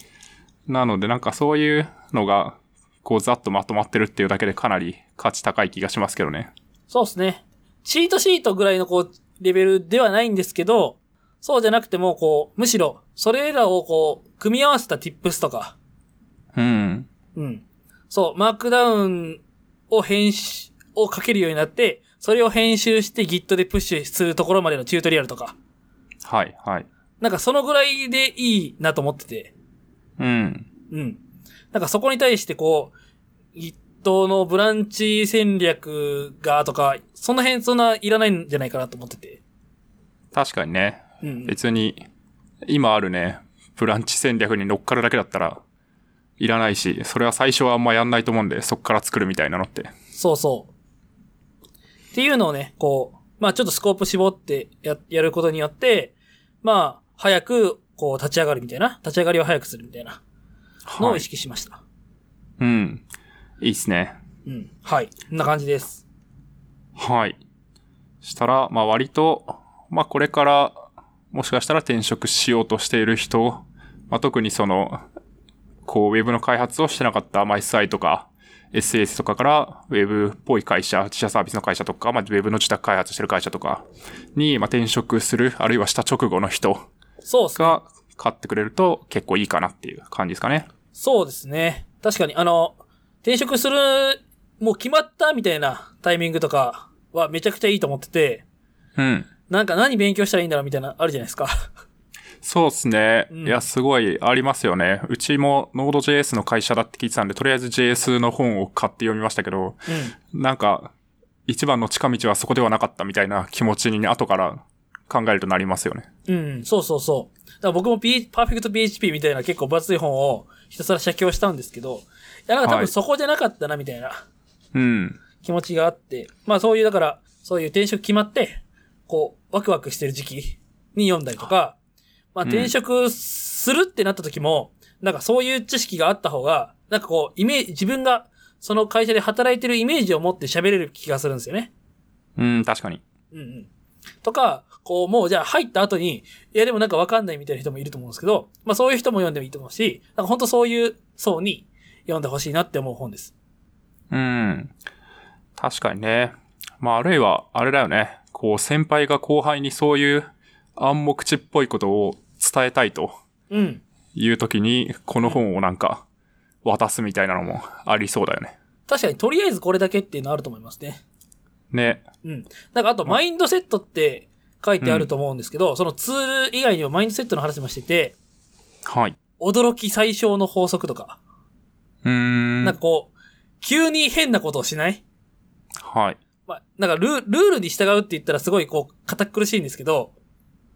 B: なのでなんかそういうのが、こうざっとまとまってるっていうだけでかなり価値高い気がしますけどね。
A: そうですね。チートシートぐらいのこう、レベルではないんですけど、そうじゃなくても、こう、むしろ、それらをこう、組み合わせた tips とか、
B: うん。
A: うん。そう、マークダウンを編集、を書けるようになって、それを編集して Git でプッシュするところまでのチュートリアルとか、
B: はい、はい。
A: なんかそのぐらいでいいなと思ってて、
B: うん。
A: うん。なんかそこに対してこう、Git のブランチ戦略がとか、その辺そんないらないんじゃないかなと思ってて。
B: 確かにね。
A: うんうん、
B: 別に、今あるね、ブランチ戦略に乗っかるだけだったら、いらないし、それは最初はあんまやんないと思うんで、そっから作るみたいなのって。
A: そうそう。っていうのをね、こう、まあちょっとスコープ絞ってや、やることによって、まあ、早く、こう、立ち上がるみたいな、立ち上がりを早くするみたいなのを
B: は
A: 意
B: い。
A: 識しました。
B: うん。いいっすね。
A: うん。はい。こんな感じです。
B: はい。したら、まあ割と、まあこれから、もしかしたら転職しようとしている人、まあ特にその、こうウェブの開発をしてなかった、まあ SI とか SS とかから、ウェブっぽい会社、自社サービスの会社とか、まあウェブの自宅開発してる会社とかに、まあ転職する、あるいはした直後の人
A: そうっす
B: が買ってくれると結構いいかなっていう感じですかね。
A: そうですね。確かに、あの、転職する、もう決まったみたいなタイミングとかはめちゃくちゃいいと思ってて、
B: うん。
A: なんか何勉強したらいいんだろうみたいな、あるじゃないですか。
B: そうですね。
A: うん
B: いや、すごいありますよね。うちも Node.js の会社だって聞いてたんで、とりあえず JS の本を買って読みましたけど、
A: うん。
B: なんか、一番の近道はそこではなかったみたいな気持ちに後から考えるとなりますよね。
A: うん、そうそうそう。だから僕も、P、パーフェクト PHP みたいな結構分厚い本をひたすら写経したんですけど、いや、なんか多
B: はい
A: 分そこじゃなかったな、みたいな
B: うん。
A: 気持ちがあって、まあそういう、だから、そういう転職決まって、こう、ワクワクしてる時期に読んだりとか、まあ
B: うん
A: 転職するってなった時も、なんかそういう知識があった方が、なんかこう、イメージ、自分がその会社で働いてるイメージを持って喋れる気がするんですよね。
B: うん、確かに。
A: うんうん。とか、こう、もうじゃあ入った後に、いやでもなんかわかんないみたいな人もいると思うんですけど、まあそういう人も読んでもいいと思うし、なんか本当そういう層に読んでほしいなって思う本です。
B: うん。確かにね。まあ、あるいは、あれだよね。こう、先輩が後輩にそういう暗黙知っぽいことを伝えたいと
A: うん。
B: いうときに、この本をなんか、渡すみたいなのもありそうだよね。
A: 確かにとりあえずこれだけっていうのあると思いますね。
B: ね。
A: うん。なんかあと、マインドセットって書いてあると思うんですけど、そのツール以外にもマインドセットの話もしてて、
B: はい。
A: 驚き最小の法則とか、
B: うーん。
A: なんかこう、急に変なことをしない
B: はい。
A: まあ、なんかルールールに従うって言ったらすごいこう、堅苦しいんですけど、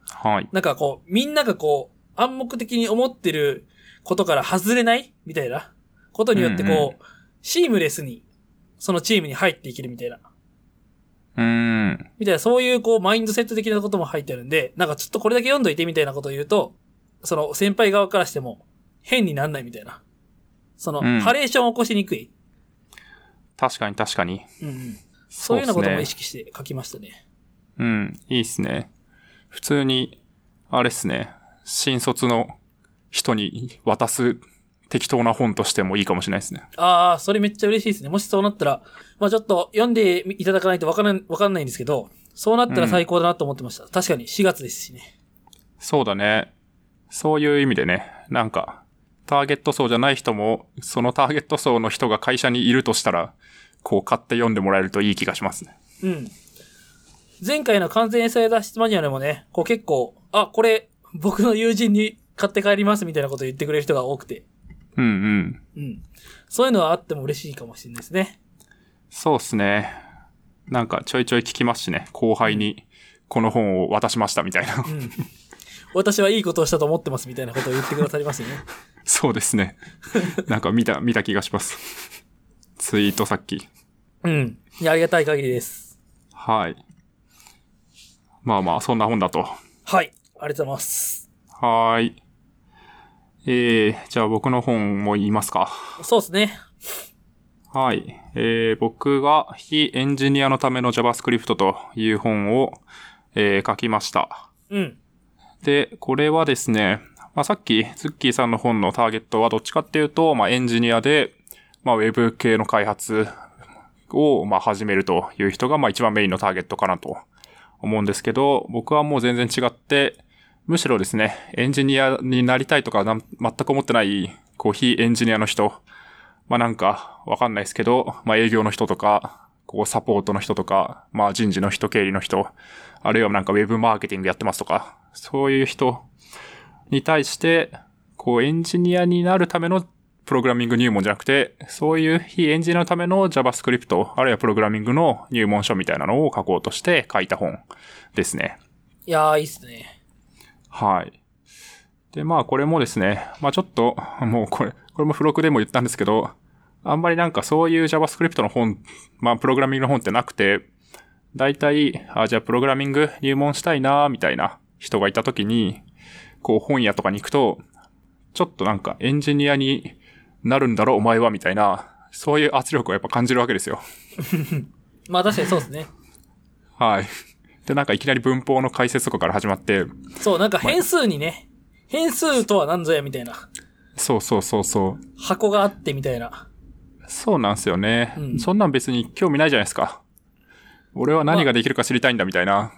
B: はい。
A: なんかこう、みんながこう、暗黙的に思ってることから外れないみたいなことによってこう、
B: うんうん
A: シームレスに、そのチームに入っていけるみたいな。
B: うーん。
A: みたいな、そういうこう、マインドセット的なことも入ってあるんで、なんかちょっとこれだけ読んどいてみたいなことを言うと、その先輩側からしても、変になんないみたいな。その、
B: うん
A: ハレーションを起こしにくい。
B: 確かに確かに。
A: うんうん。そういうようなこと
B: っす
A: も
B: ね
A: 意識して書きましたね。
B: うん、いいっすね。普通に、あれっすね、新卒の人に渡す適当な本としてもいいかもしれないですね。
A: ああ、それめっちゃ嬉しいですね。もしそうなったら、まあちょっと読んでいただかないとわからん、わかんないんですけど、そうなったら最高だなと思ってました。確かに4月ですしね。
B: そうだね。そういう意味でね、なんか、ターゲット層じゃない人も、そのターゲット層の人が会社にいるとしたら、こう買って読んでもらえるといい気がしますね。
A: うん。前回の完全 SI 脱出マニュアルもね、こう結構、あ、これ、僕の友人に買って帰りますみたいなことを言ってくれる人が多くて。
B: うんうん。
A: うん。そういうのはあっても嬉しいかもしれないですね。
B: そうっすね。なんかちょいちょい聞きますしね、後輩にこの本を渡しましたみたいな。
A: うん。私はいいことをしたと思ってますみたいなことを言ってくださりますよね。
B: そうですね。なんか見た、見た気がします。ツイートさっき。
A: うん。いや、ありがたい限りです。
B: はい。まあまあ、そんな本だと。
A: はい。ありがとうございます。
B: はーい。えー、じゃあ僕の本も言いますか。
A: そうですね。
B: はい。えー、僕が非エンジニアのための JavaScript という本を、えー書きました。
A: うん。
B: で、これはですね、まあ、さっき、ツッキーさんの本のターゲットはどっちかっていうと、まあ、エンジニアで、まあ、ウェブ系の開発を、まあ、始めるという人が、まあ、一番メインのターゲットかなと思うんですけど、僕はもう全然違って、むしろですね、エンジニアになりたいとかなん、全く思ってない、こう、非エンジニアの人、まあ、なんか、わかんないですけど、まあ、営業の人とか、こう、サポートの人とか、まあ、人事の人、経理の人、あるいはなんかウェブマーケティングやってますとか、そういう人に対して、こうエンジニアになるためのプログラミング入門じゃなくて、そういう非エンジニアのための JavaScript、あるいはプログラミングの入門書みたいなのを書こうとして書いた本ですね。
A: いやー、いいっすね。
B: はい。で、まあこれもですね、まあちょっと、もうこれ、これも付録でも言ったんですけど、あんまりなんかそういう JavaScript の本、まあプログラミングの本ってなくて、大体、あ、じゃあプログラミング入門したいな、みたいな人がいたときに、こう本屋とかに行くと、ちょっとなんかエンジニアになるんだろ、お前は、みたいな、そういう圧力をやっぱ感じるわけですよ。
A: まあ確かにそうですね。
B: はい。で、なんかいきなり文法の解説とかから始まって、
A: そう、なんか変数にね、変数とは何ぞやみたいな。
B: そうそうそうそう。
A: 箱があってみたいな。
B: そうなんですよね、
A: うん
B: そんなん別に興味ないじゃないですか。俺は何ができるか知りたいんだみたいな。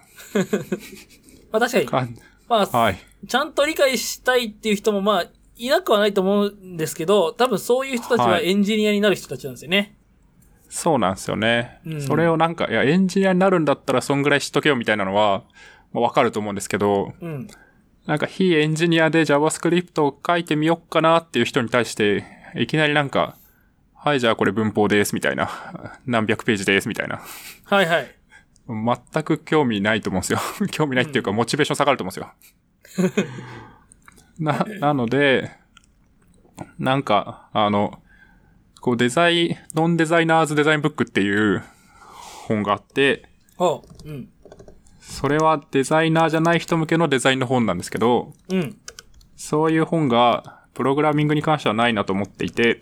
A: まあ確かに。
B: か
A: まあ、
B: はい。
A: ちゃんと理解したいっていう人もまあ、いなくはないと思うんですけど、多分そういう人たちは
B: はい
A: エンジニアになる人たちなんですよね。
B: そうなんですよね、
A: うん
B: それをなんか、いや、エンジニアになるんだったらそんぐらい知っとけよみたいなのは、まあわかると思うんですけど、
A: うん。
B: なんか非エンジニアで JavaScript を書いてみよっかなっていう人に対して、いきなりなんか、はい、じゃあこれ文法です、みたいな。何百ページです、みたいな。
A: はいはい。
B: 全く興味ないと思うん ですよ。興味ないっていうか、モチベーション下がると思うんですよ。 な、なので、なんか、あの、こうデザイン、ノンデザイナーズデザインブックっていう本があって、
A: ほう。うん。
B: それはデザイナーじゃない人向けのデザインの本なんですけど、
A: うん。
B: そういう本が、プログラミングに関してはないなと思っていて、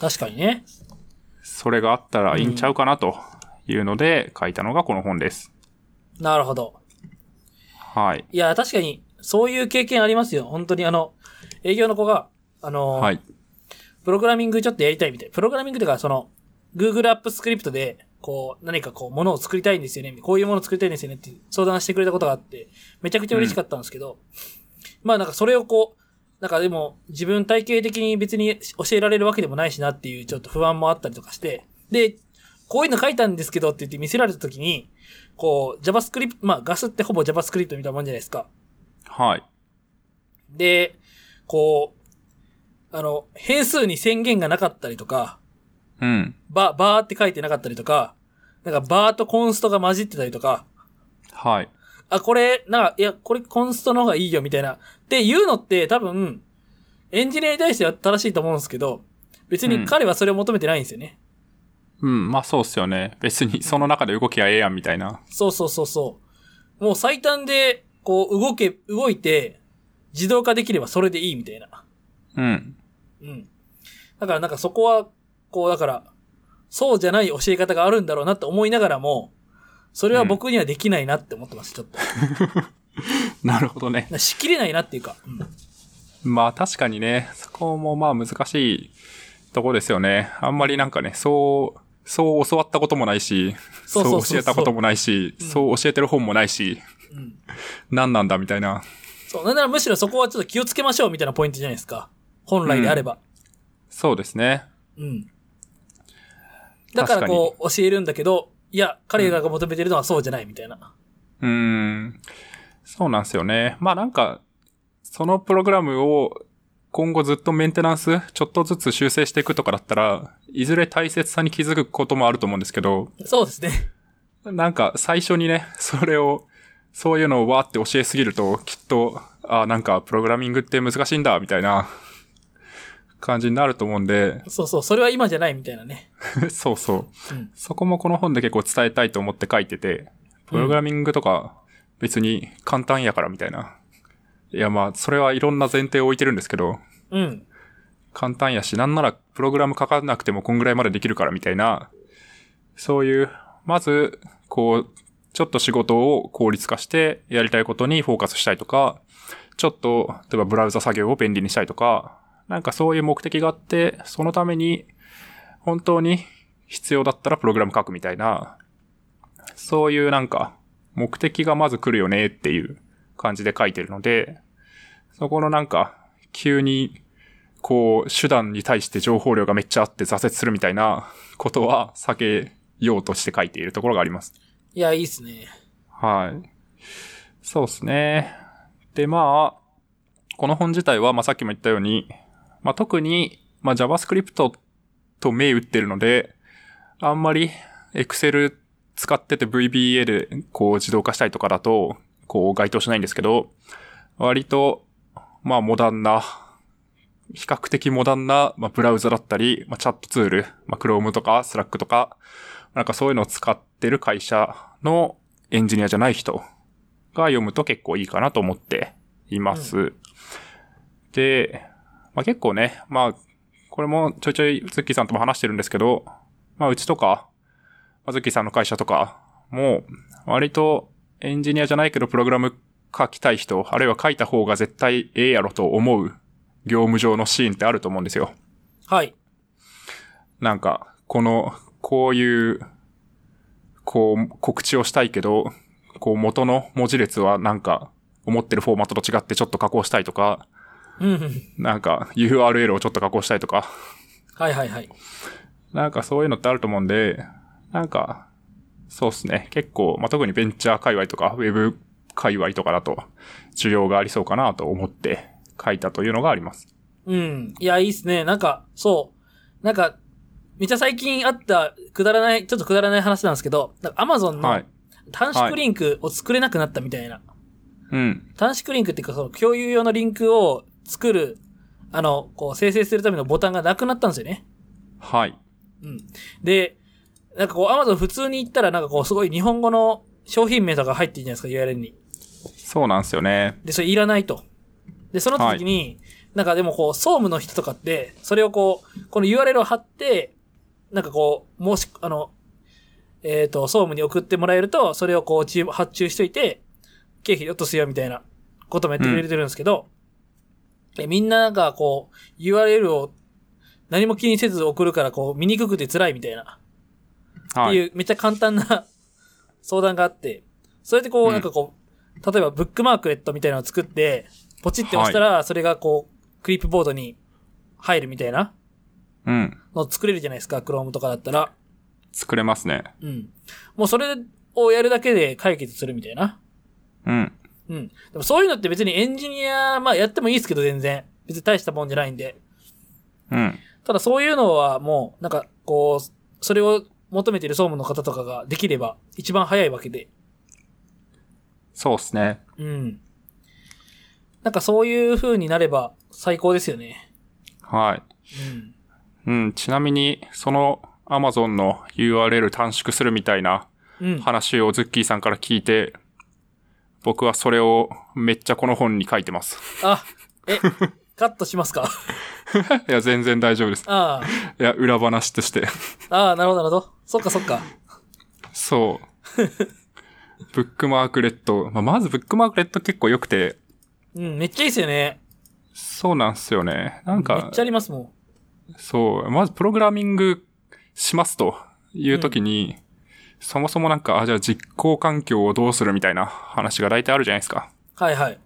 A: 確かにね。
B: それがあったらいいんちゃうかなというので書いたのがこの本です。
A: なるほど。
B: はい。
A: いや、確かに、そういう経験ありますよ。本当にあの、営業の子が、あの、
B: はい。
A: プログラミングちょっとやりたいみたい。プログラミングというか、その、Google App Script で、こう、何かこう、ものを作りたいんですよね。こういうものを作りたいんですよねって相談してくれたことがあって、めちゃくちゃ嬉しかったんですけど、まあなんかそれをこう、なんかでも、自分体系的に別に教えられるわけでもないしなっていうちょっと不安もあったりとかして、で、こういうの書いたんですけどって言って見せられたときに、こう、JavaScript、まあガスってほぼ JavaScript みたいなもんじゃないですか。
B: はい。
A: で、こう、あの、変数に宣言がなかったりとか、
B: うん。
A: バ、バーって書いてなかったりとか、なんかバーとコンストが混じってたりとか、
B: はい。
A: あ、これ、なんか、いや、これコンストの方がいいよ、みたいな。って言うのって多分、エンジニアに対しては正しいと思うんですけど、別
B: うん
A: に彼はそれを求めてないんですよね。
B: うん、まあそうっすよね。別にその中で動きゃええやんみたいな。
A: そうそうそうそう。もう最短で、こう、動け、動いて、自動化できればそれでいいみたいな。
B: うん。
A: うん。だからなんかそこは、こうだから、そうじゃない教え方があるんだろうなって思いながらも、それは僕にはできないなって思ってます、ちょっと。
B: なるほどね。
A: なしきれないなっていうか。うん。
B: まあ確かにね、そこもまあ難しいとこですよね。あんまりなんかね、そう、そう教わったこともないし、
A: そうそうそうそう
B: 教えたこともないし、そう教えてる本もないし、
A: うん
B: 何なんだみたいな。
A: そう、なんならむしろそこはちょっと気をつけましょうみたいなポイントじゃないですか。本来であれば。
B: そうですね。
A: うん。だからこう、教えるんだけど、いや、彼らが求めてるのはそうじゃないみたいな。
B: うーん。そうなんですよね。まあなんか、そのプログラムを今後ずっとメンテナンス、ちょっとずつ修正していくとかだったら、いずれ大切さに気づくこともあると思うんですけど、
A: そうですね。
B: なんか最初にね、それを、そういうのをわーって教えすぎると、きっと、あーなんかプログラミングって難しいんだ、みたいな感じになると思うんで、
A: そうそう、それは今じゃないみたいなね。
B: そうそう。
A: うん。
B: そこもこの本で結構伝えたいと思って書いてて、プログラミングとか別に簡単やからみたいな。いやまあ、それはいろんな前提を置いてるんですけど、
A: うん。
B: 簡単やし、なんならプログラム書かなくてもこんぐらいまでできるからみたいな、そういう、まず、こう、ちょっと仕事を効率化してやりたいことにフォーカスしたいとか、ちょっと、例えばブラウザ作業を便利にしたいとか、なんかそういう目的があって、そのために、本当に必要だったらプログラム書くみたいな、そういうなんか、目的がまず来るよねっていう感じで書いてるので、そこのなんか、急にこう、手段に対して情報量がめっちゃあって挫折するみたいなことは避けようとして書いているところがあります。
A: いや、いいっすね。
B: はい。そうですね。で、まあ、この本自体は、まあさっきも言ったように、まあ特に、まあ JavaScript と銘打ってるので、あんまり Excel 使ってて VBA でこう自動化したりとかだと、こう該当しないんですけど、割と、まあモダンな、比較的モダンな、まあ、ブラウザだったり、まあ、チャットツール、まあ、Chrome とか Slack とか、なんかそういうのを使ってる会社のエンジニアじゃない人が読むと結構いいかなと思っています。で、まあ、結構ね、まあ、これもちょいちょいズッキーさんとも話してるんですけど、まあ、うちとか、まあ、ズッキーさんの会社とかも、割とエンジニアじゃないけどプログラム書きたい人、あるいは書いた方が絶対ええやろと思う業務上のシーンってあると思うんですよ。
A: はい。
B: なんか、この、こういう、こう、告知をしたいけど、こう元の文字列はなんか、思ってるフォーマットと違ってちょっと加工したいとか、
A: うんうん。
B: なんか URL をちょっと加工したいとか、
A: はいはいはい。
B: なんかそういうのってあると思うんで、なんか、そうですね。結構、まあ、特にベンチャー界隈とか、ウェブ界隈とかだと、需要がありそうかなと思って書いたというのがあります。
A: うん。いや、いいっすね。なんか、そう。なんか、めっちゃ最近あった、くだらない、ちょっとくだらない話なんですけど、なんか Amazon
B: は
A: の
B: い。
A: 短縮リンクを作れなくなったみたいな。
B: うん。
A: 短縮リンクっていうか、その共有用のリンクを作る、あの、こう、生成するためのボタンがなくなったんですよね。
B: はい。
A: うん。で、なんかこう、Amazon 普通に行ったら、なんかこう、すごい日本語の商品名とか入ってるじゃないですか、URL に。
B: そうなんですよね。
A: で、それいらないと。で、その時に、なんかでもこう、総務の人とかって、それをこう、この URL を貼って、なんかこう、もし、あの、えっ、と、総務に送ってもらえると、それをこう、注発注しといて、経費落とすよみたいなこともやってくれてるんですけど、えみんななんかこう、URL を何も気にせず送るから、こう、見にくくて辛いみたいな。っ
B: は
A: て
B: い。
A: いう、めっちゃ簡単な相談があって、それでこう、
B: うん
A: なんかこう、例えばブックマークレットみたいなのを作って、ポチって押したら、それがこう、クリップボードに入るみたいな
B: うん。
A: のを作れるじゃないですか、Chrome とかだったら。
B: 作れますね。
A: うん。もうそれをやるだけで解決するみたいな。
B: うん。
A: うん。でもそういうのって別にエンジニア、まあやってもいいですけど全然。別に大したもんじゃないんで。
B: うん。
A: ただそういうのはもう、なんかこう、それを求めている総務の方とかができれば一番早いわけで。
B: そうっすね。
A: うん。なんかそういう風になれば最高ですよね。
B: はい。
A: うん。
B: うん、ちなみに、その Amazon の URL 短縮するみたいな
A: うん。
B: 話をズッキーさんから聞いて、僕はそれをめっちゃこの本に書いてます。
A: あ、え、カットしますか
B: いや、全然大丈夫です。
A: あ
B: いや、裏話として。
A: あ、ああ、なるほど、なるほど。そっかそっか。
B: そう。 ブックマークレット。まあ、まずブックマークレット結構良くて、
A: うん、めっちゃいいですよね。
B: そうなんすよね。なん
A: め
B: か
A: っちゃ、ありますもん。
B: そう、まずプログラミングしますというときに、そもそもなんか、あ、じゃあ実行環境をどうするみたいな話が大体あるじゃないですか。
A: はいはい。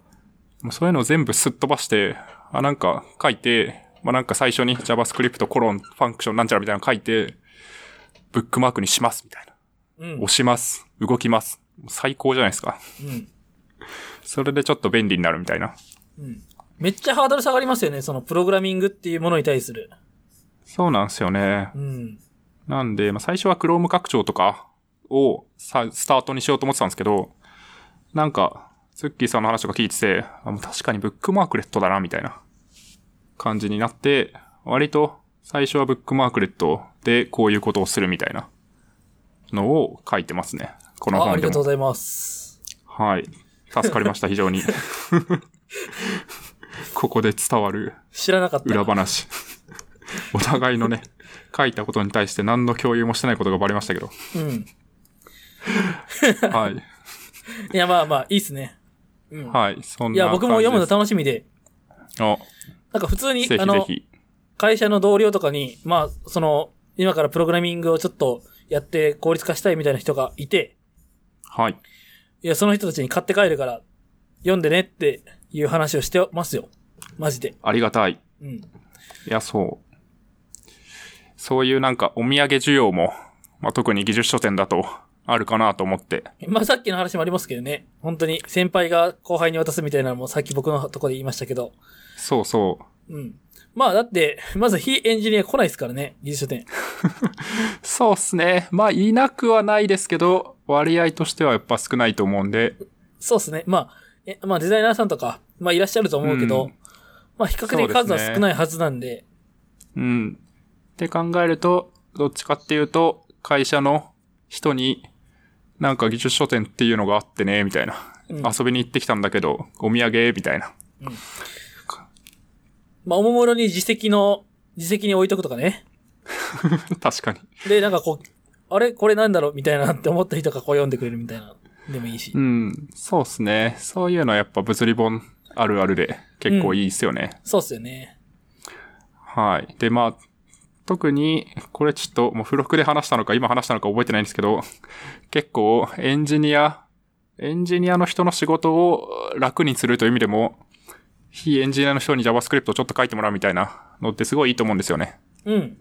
B: もうそういうのを全部すっ飛ばして、あ、なんか書いて、まあ、なんか最初に JavaScript コロンファンクションなんちゃらみたいなの書いて、ブックマークにしますみたいな。
A: うん。
B: 押します。動きます。最高じゃないですか。
A: うん。
B: それでちょっと便利になるみたいな。
A: うん。めっちゃハードル下がりますよね。そのプログラミングっていうものに対する。
B: そうなんですよね
A: う。ん。
B: なんで、まあ、最初は Chrome 拡張とかをさスタートにしようと思ってたんですけど、なんか、ツッキーさんの話とか聞いてて、あもう確かにブックマークレットだな、みたいな感じになって、割と最初はブックマークレットでこういうことをするみたいなのを書いてますね。この
A: あ、あ
B: 本
A: り
B: で
A: がとう
B: も。
A: ございます。
B: はい。助か りました、非常に。 ここで伝わる
A: 知らなかった。
B: 裏 話。お互いのね、書いたことに対して何の共有もしてないことがバレましたけど。
A: うん。
B: はい。
A: いや、まあまあ、いいっすね。うん。
B: はい。そん
A: い
B: な
A: や、僕も読むの
B: た
A: 楽しみで。
B: あ、
A: なんか普通に、
B: ぜ
A: あ
B: ひぜ
A: の、
B: ひ。
A: 会社の同僚とかに、まあ、その、今からプログラミングをちょっとやって効率化したいみたいな人がいて、
B: はい。
A: いや、その人たちに買って帰るから、読んでねっていう話をしてますよ。マジで。
B: ありがたい。
A: うん。
B: いや、そう。そういうなんかお土産需要も、まあ、特に技術書店だとあるかなと思って。
A: まあ、さっきの話もありますけどね。本当に先輩が後輩に渡すみたいなのもさっき僕のとこで言いましたけど。
B: そうそう。
A: うん。まあ、だって、まず非エンジニア来ないですからね、技術書店。
B: そうっすね。まあ、いなくはないですけど、割合としてはやっぱ少ないと思うんで、
A: そうですね。まあ、えまあ、デザイナーさんとか、まあ、いらっしゃると思うけど、
B: うん
A: まあ、比較的数は少ないはずなんで、
B: うん。って考えると、どっちかっていうと、会社の人に、なんか技術書店っていうのがあってね、みたいな。
A: うん
B: 遊びに行ってきたんだけど、お土産、みたいな。
A: まあ、おもむろに自責の、自責に置いとくとかね。
B: 確かに。
A: で、なんかこう、あれこれなんだろうみたいなって思った人がこう読んでくれるみたいな。でもいいし
B: う。ん。そうっすね。そういうのはやっぱ物理本あるあるで結構いいっすよね。
A: そうっすよね。
B: はい。で、まあ、特に、これちょっともう付録で話したのか今話したのか覚えてないんですけど、結構エンジニア、エンジニアの人の仕事を楽にするという意味でも、非エンジニアの人に JavaScript をちょっと書いてもらうみたいなのってすごいいいと思うんですよね。
A: うん。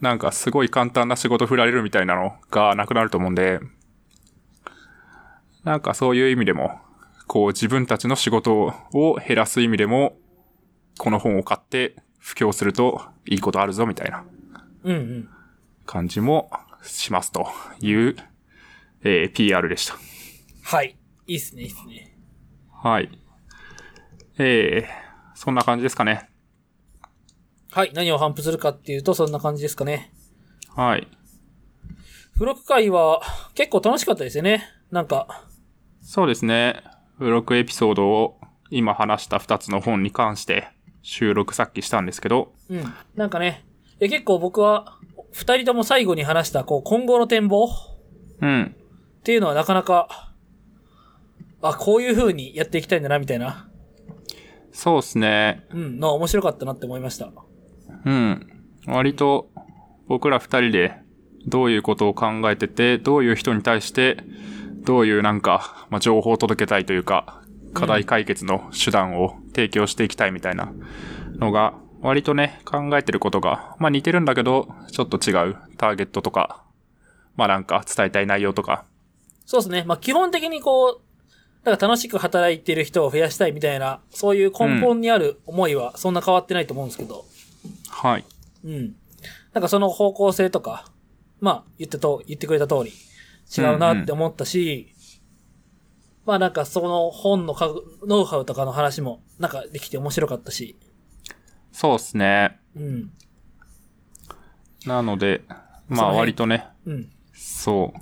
B: なんかすごい簡単な仕事振られるみたいなのがなくなると思うんで、なんかそういう意味でも、こう自分たちの仕事を減らす意味でも、この本を買って布教するといいことあるぞみたいな
A: うんうん。
B: 感じもしますという、えー PR でした。
A: はい。いいっすね、いいっすね。
B: はい。えー、そんな感じですかね。
A: はい。何を反布するかっていうと、そんな感じですかね。
B: はい。
A: 付録会は結構楽しかったですよね。なんか、
B: そうですね。ブロックエピソードを今話した2つの本に関して収録さっきしたんですけど、
A: うん。なんかね、いや結構僕は、二人とも最後に話した、こう、今後の展望っ
B: うん。
A: ていうのはなかなか、あ、こういう風にやっていきたいんだな、みたいな、
B: そうですね。
A: うん、のは面白かったなって思いました。
B: うん。割と僕ら2人でどういうことを考えてて、どういう人に対して、どういうなんか、まあ、情報を届けたいというか、課題解決の手段を提供していきたいみたいなのが、割とね、考えてることが、まあ似てるんだけど、ちょっと違うターゲットとか、まあなんか伝えたい内容とか、
A: そうですね。まあ、基本的にこう、なんか楽しく働いてる人を増やしたいみたいな、そういう根本にある思いはそんな変わってないと思うんですけど、
B: はい。
A: うん。なんかその方向性とか、まあ、言ってと、言ってくれた通り、違うなって思ったし、まあなんかその本のかノウハウとかの話も、なんかできて面白かったし、
B: そうですね。
A: うん。
B: なので、
A: そ
B: まあ
A: の辺
B: 割とね、
A: うん。
B: そう。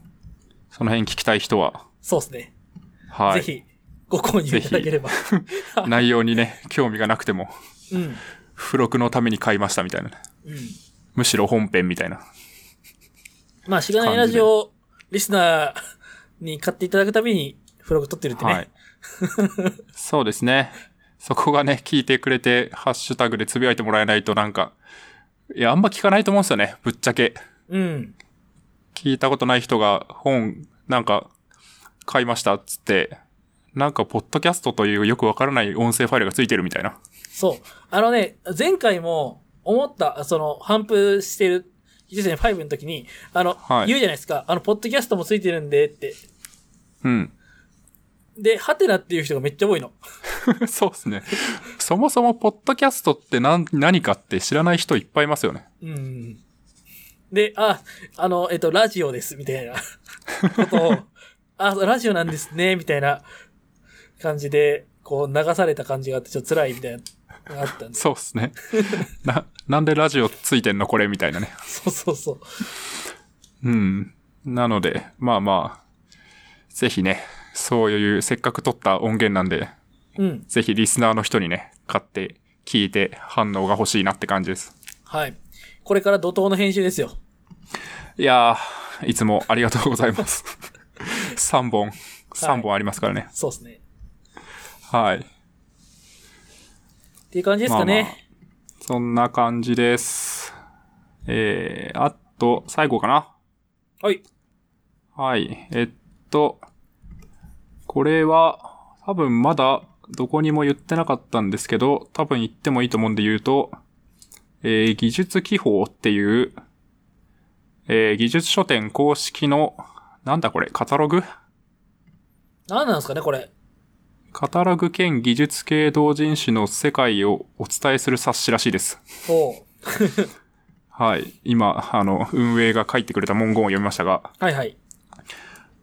B: その辺聞きたい人は、
A: そうですね。
B: はい。
A: ぜひ、ご購入いただければ。
B: 内容にね、興味がなくても、
A: うん。うん。
B: 付録のために買いましたみたいなね。むしろ本編みたいな。
A: まあ、しがないラジオリスナーに買っていただくために、フログ撮ってるってね。
B: はい。そうですね。そこがね、聞いてくれて、ハッシュタグでつぶやいてもらえないとなんか、いや、あんま聞かないと思うんですよね、ぶっちゃけ。
A: うん。
B: 聞いたことない人が本、なんか、買いましたっつって、なんか、ポッドキャストというよくわからない音声ファイルがついてるみたいな。
A: そう。あのね、前回も思った、その、反布してる、技術ね5の時に、あの、
B: はい
A: 言うじゃないですか。あの、ポッドキャストもついてるんでって。
B: うん。
A: で、ハテナっていう人がめっちゃ多いの。
B: そうですね。そもそも、ポッドキャストって何何かって知らない人いっぱいいますよね。
A: うん。で、あ、あの、えっと、ラジオです、みたいな ことを、あ、ラジオなんですね、みたいな感じで、こう流された感じがあって、ちょっと辛いみたいなのがあったんです。
B: そうっ すね。な、なんでラジオついてんのこれみたいなね。
A: そうそうそう。
B: うん。なので、まあまあ、ぜひね、そういう、せっかく撮った音源なんで、
A: うん。
B: ぜひリスナーの人にね、買って、聞いて、反応が欲しいなって感じです。
A: はい。これから怒涛の編集ですよ。
B: いやー、いつもありがとうございます。3本、3本ありますからね。
A: そうですね。
B: はい。
A: っていう感じですかね。
B: まあまあそんな感じです。えー、あと、最後かな。
A: はい。
B: はい。えっと、これは、多分まだどこにも言ってなかったんですけど、多分言ってもいいと思うんで言うと、えー技術記法っていう、えー技術書店公式の、なんだこれ、カタログ
A: 何なんですかね、これ。
B: カタログ兼技術系同人誌の世界をお伝えする冊子らしいです。
A: おう
B: はい。今、あの、運営が書いてくれた文言を読みましたが、
A: はいはい。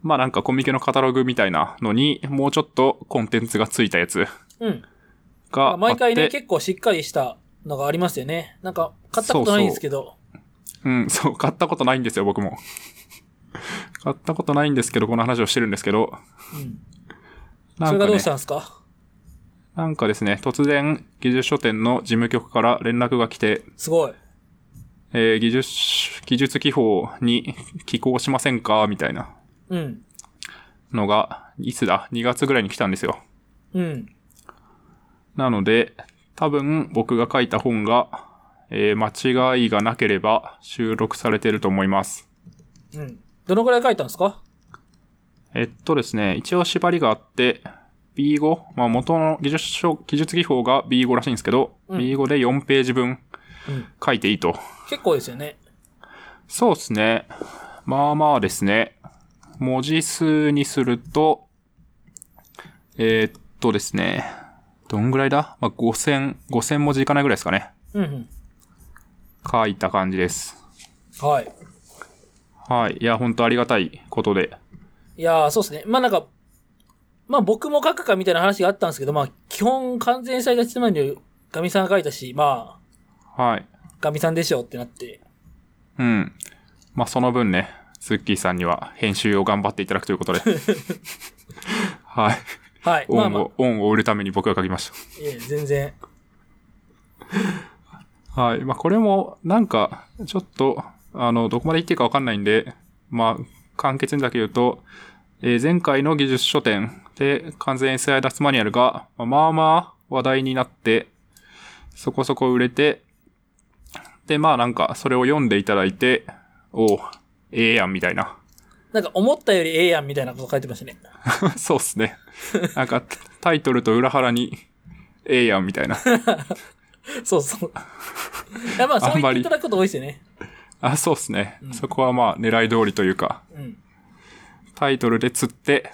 B: まあなんかコミケのカタログみたいなのに、もうちょっとコンテンツがついたやつ
A: うん。
B: があって、
A: 毎回ね、結構しっかりしたのがありますよね。なんか、買ったことないんですけど。
B: うん、そう、買ったことないんですよ、僕も。買ったことないんですけど、この話をしてるんですけど、
A: うん。
B: な
A: それ
B: ん
A: が
B: か、
A: どう
B: ね
A: し、たんですか
B: なんかですね、突然、技術書店の事務局から連絡が来て、
A: すごい。
B: えー技術、技術記法に寄稿しませんかみたいな
A: うん。
B: のが、いつだ ?2 月ぐらいに来たんですよ。
A: うん。
B: なので、多分僕が書いた本が、えー間違いがなければ収録されてると思います。
A: うん。どのくらい書いたんですか
B: えっとですね、一応縛りがあって、B5、まあ元の技術書、技術技法が B5 らしいんですけど、
A: うん
B: B5 で4ページ分
A: うん
B: 書いていいと。
A: 結構ですよね。
B: そうですね。まあまあですね。文字数にすると、えーっとですね、どんぐらいだまあ5000、5000文字いかないぐらいですかね。
A: うんうん。
B: 書いた感じです。
A: はい。
B: はい。いや、本当ありがたいことで。
A: いやー、そうですね。まあなんか、まあ僕も書くかみたいな話があったんですけど、まあ基本完全最大つまりガミさんが書いたし、ま
B: はい。
A: あ、ガミさんでしょうってなって。
B: うん。まあ、その分ね、スッキーさんには編集を頑張っていただくとい うことで。はい。
A: はい。
B: 恩を、
A: まあまあ、
B: 恩を売るために僕が書きまし
A: いえ、全然。
B: た。はい。まあ、これも、なんか、ちょっと、あの、どこまで言っていいかわかんないんで、まあ、簡潔にだけ言うと、えー前回の技術書店で完全 SI 脱マニュアルが、まあまあまあ話題になって、そこそこ売れて、で、まあなんか、それを読んでいただいて、おう、ええやん、みたいな。
A: なんか思ったよりええやんみたいなこと書いてましたね。
B: そうっすね。なんか、タイトルと裏腹に、ええやんみたいな。
A: そう そう。いやまあそう
B: あん
A: 言
B: ま
A: って
B: り
A: いただくこと多いですよね。
B: あ、そうっすね。そこはまあ、狙い通りというか、
A: うん。
B: タイトルで釣って、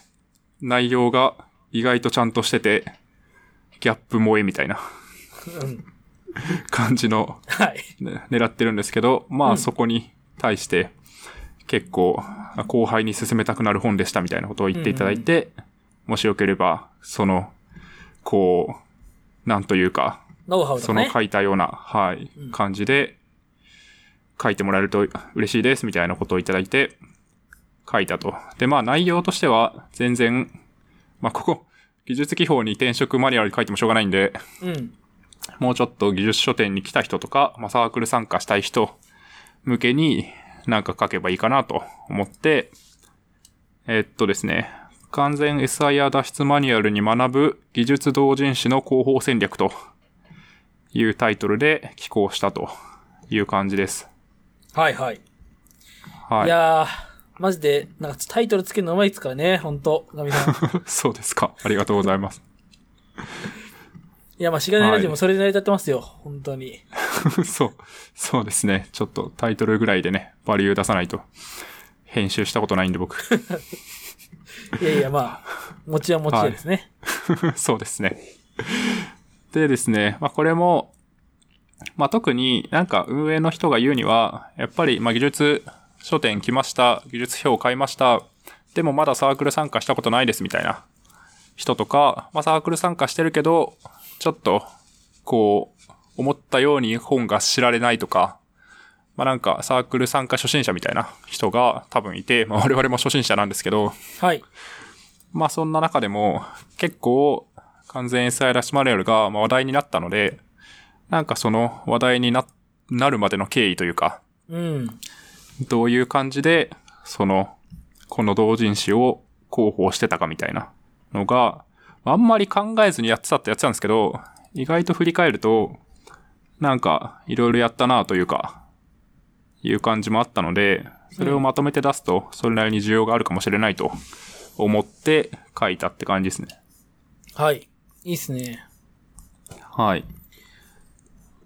B: 内容が意外とちゃんとしてて、ギャップ萌えみたいな
A: うん。
B: 感じの、
A: はい。
B: ね狙ってるんですけど、まあ、そこに対して、結構、あ後輩に勧めたくなる本でしたみたいなことを言っていただいて、もしよければ、その、こう、なんというか、
A: ノウハウと
B: そ
A: か
B: の
A: ね。
B: 書いたような、はい、感じで、書いてもらえると嬉しいです、みたいなことをいただいて、書いたと。で、まあ内容としては、全然、まあここ、技術技法に転職マニュアル書いてもしょうがないんで、
A: うん。
B: もうちょっと技術書店に来た人とか、まあサークル参加したい人向けになんか書けばいいかなと思って、えっとですね、完全 SIR 脱出マニュアルに学ぶ技術同人誌の広報戦略というタイトルで寄稿したという感じです。
A: はいはい。、
B: はいい。
A: やー、マジで、なんかタイトルつけるのうまいですからね、ほんと、ガミ さん。い
B: そうですか。ありがとうございます。
A: や、まあ、しがないラジオ
B: は
A: も
B: い
A: それで成り立ってますよ、本当に。
B: そう。そうですね。ちょっとタイトルぐらいでね、バリュー出さないと。編集したことないんで僕。
A: いやいや、まあ、 持ちは持ちやですね。
B: そうですね。でですね、まあこれも、まあ特になんか運営の人が言うには、やっぱりまあ技術書店来ました、技術表買いました、でもまだサークル参加したことないですみたいな人とか、まあサークル参加してるけど、ちょっとこう、思ったように本が知られないとか、まあなんかサークル参加初心者みたいな人が多分いて、まあ我々も初心者なんですけど、
A: はい。
B: まあそんな中でも結構完全 SI ラッシュマニュアルがまあ話題になったので、なんかその話題にな、なるまでの経緯というか、
A: うん。
B: どういう感じで、その、この同人誌を広報してたかみたいなのが、あんまり考えずにやってたってやってたんですけど、意外と振り返ると、なんか、いろいろやったなというか、いう感じもあったので、それをまとめて出すと、それなりに需要があるかもしれないと思って書いたって感じですね。
A: はい。いいっすね。
B: はい。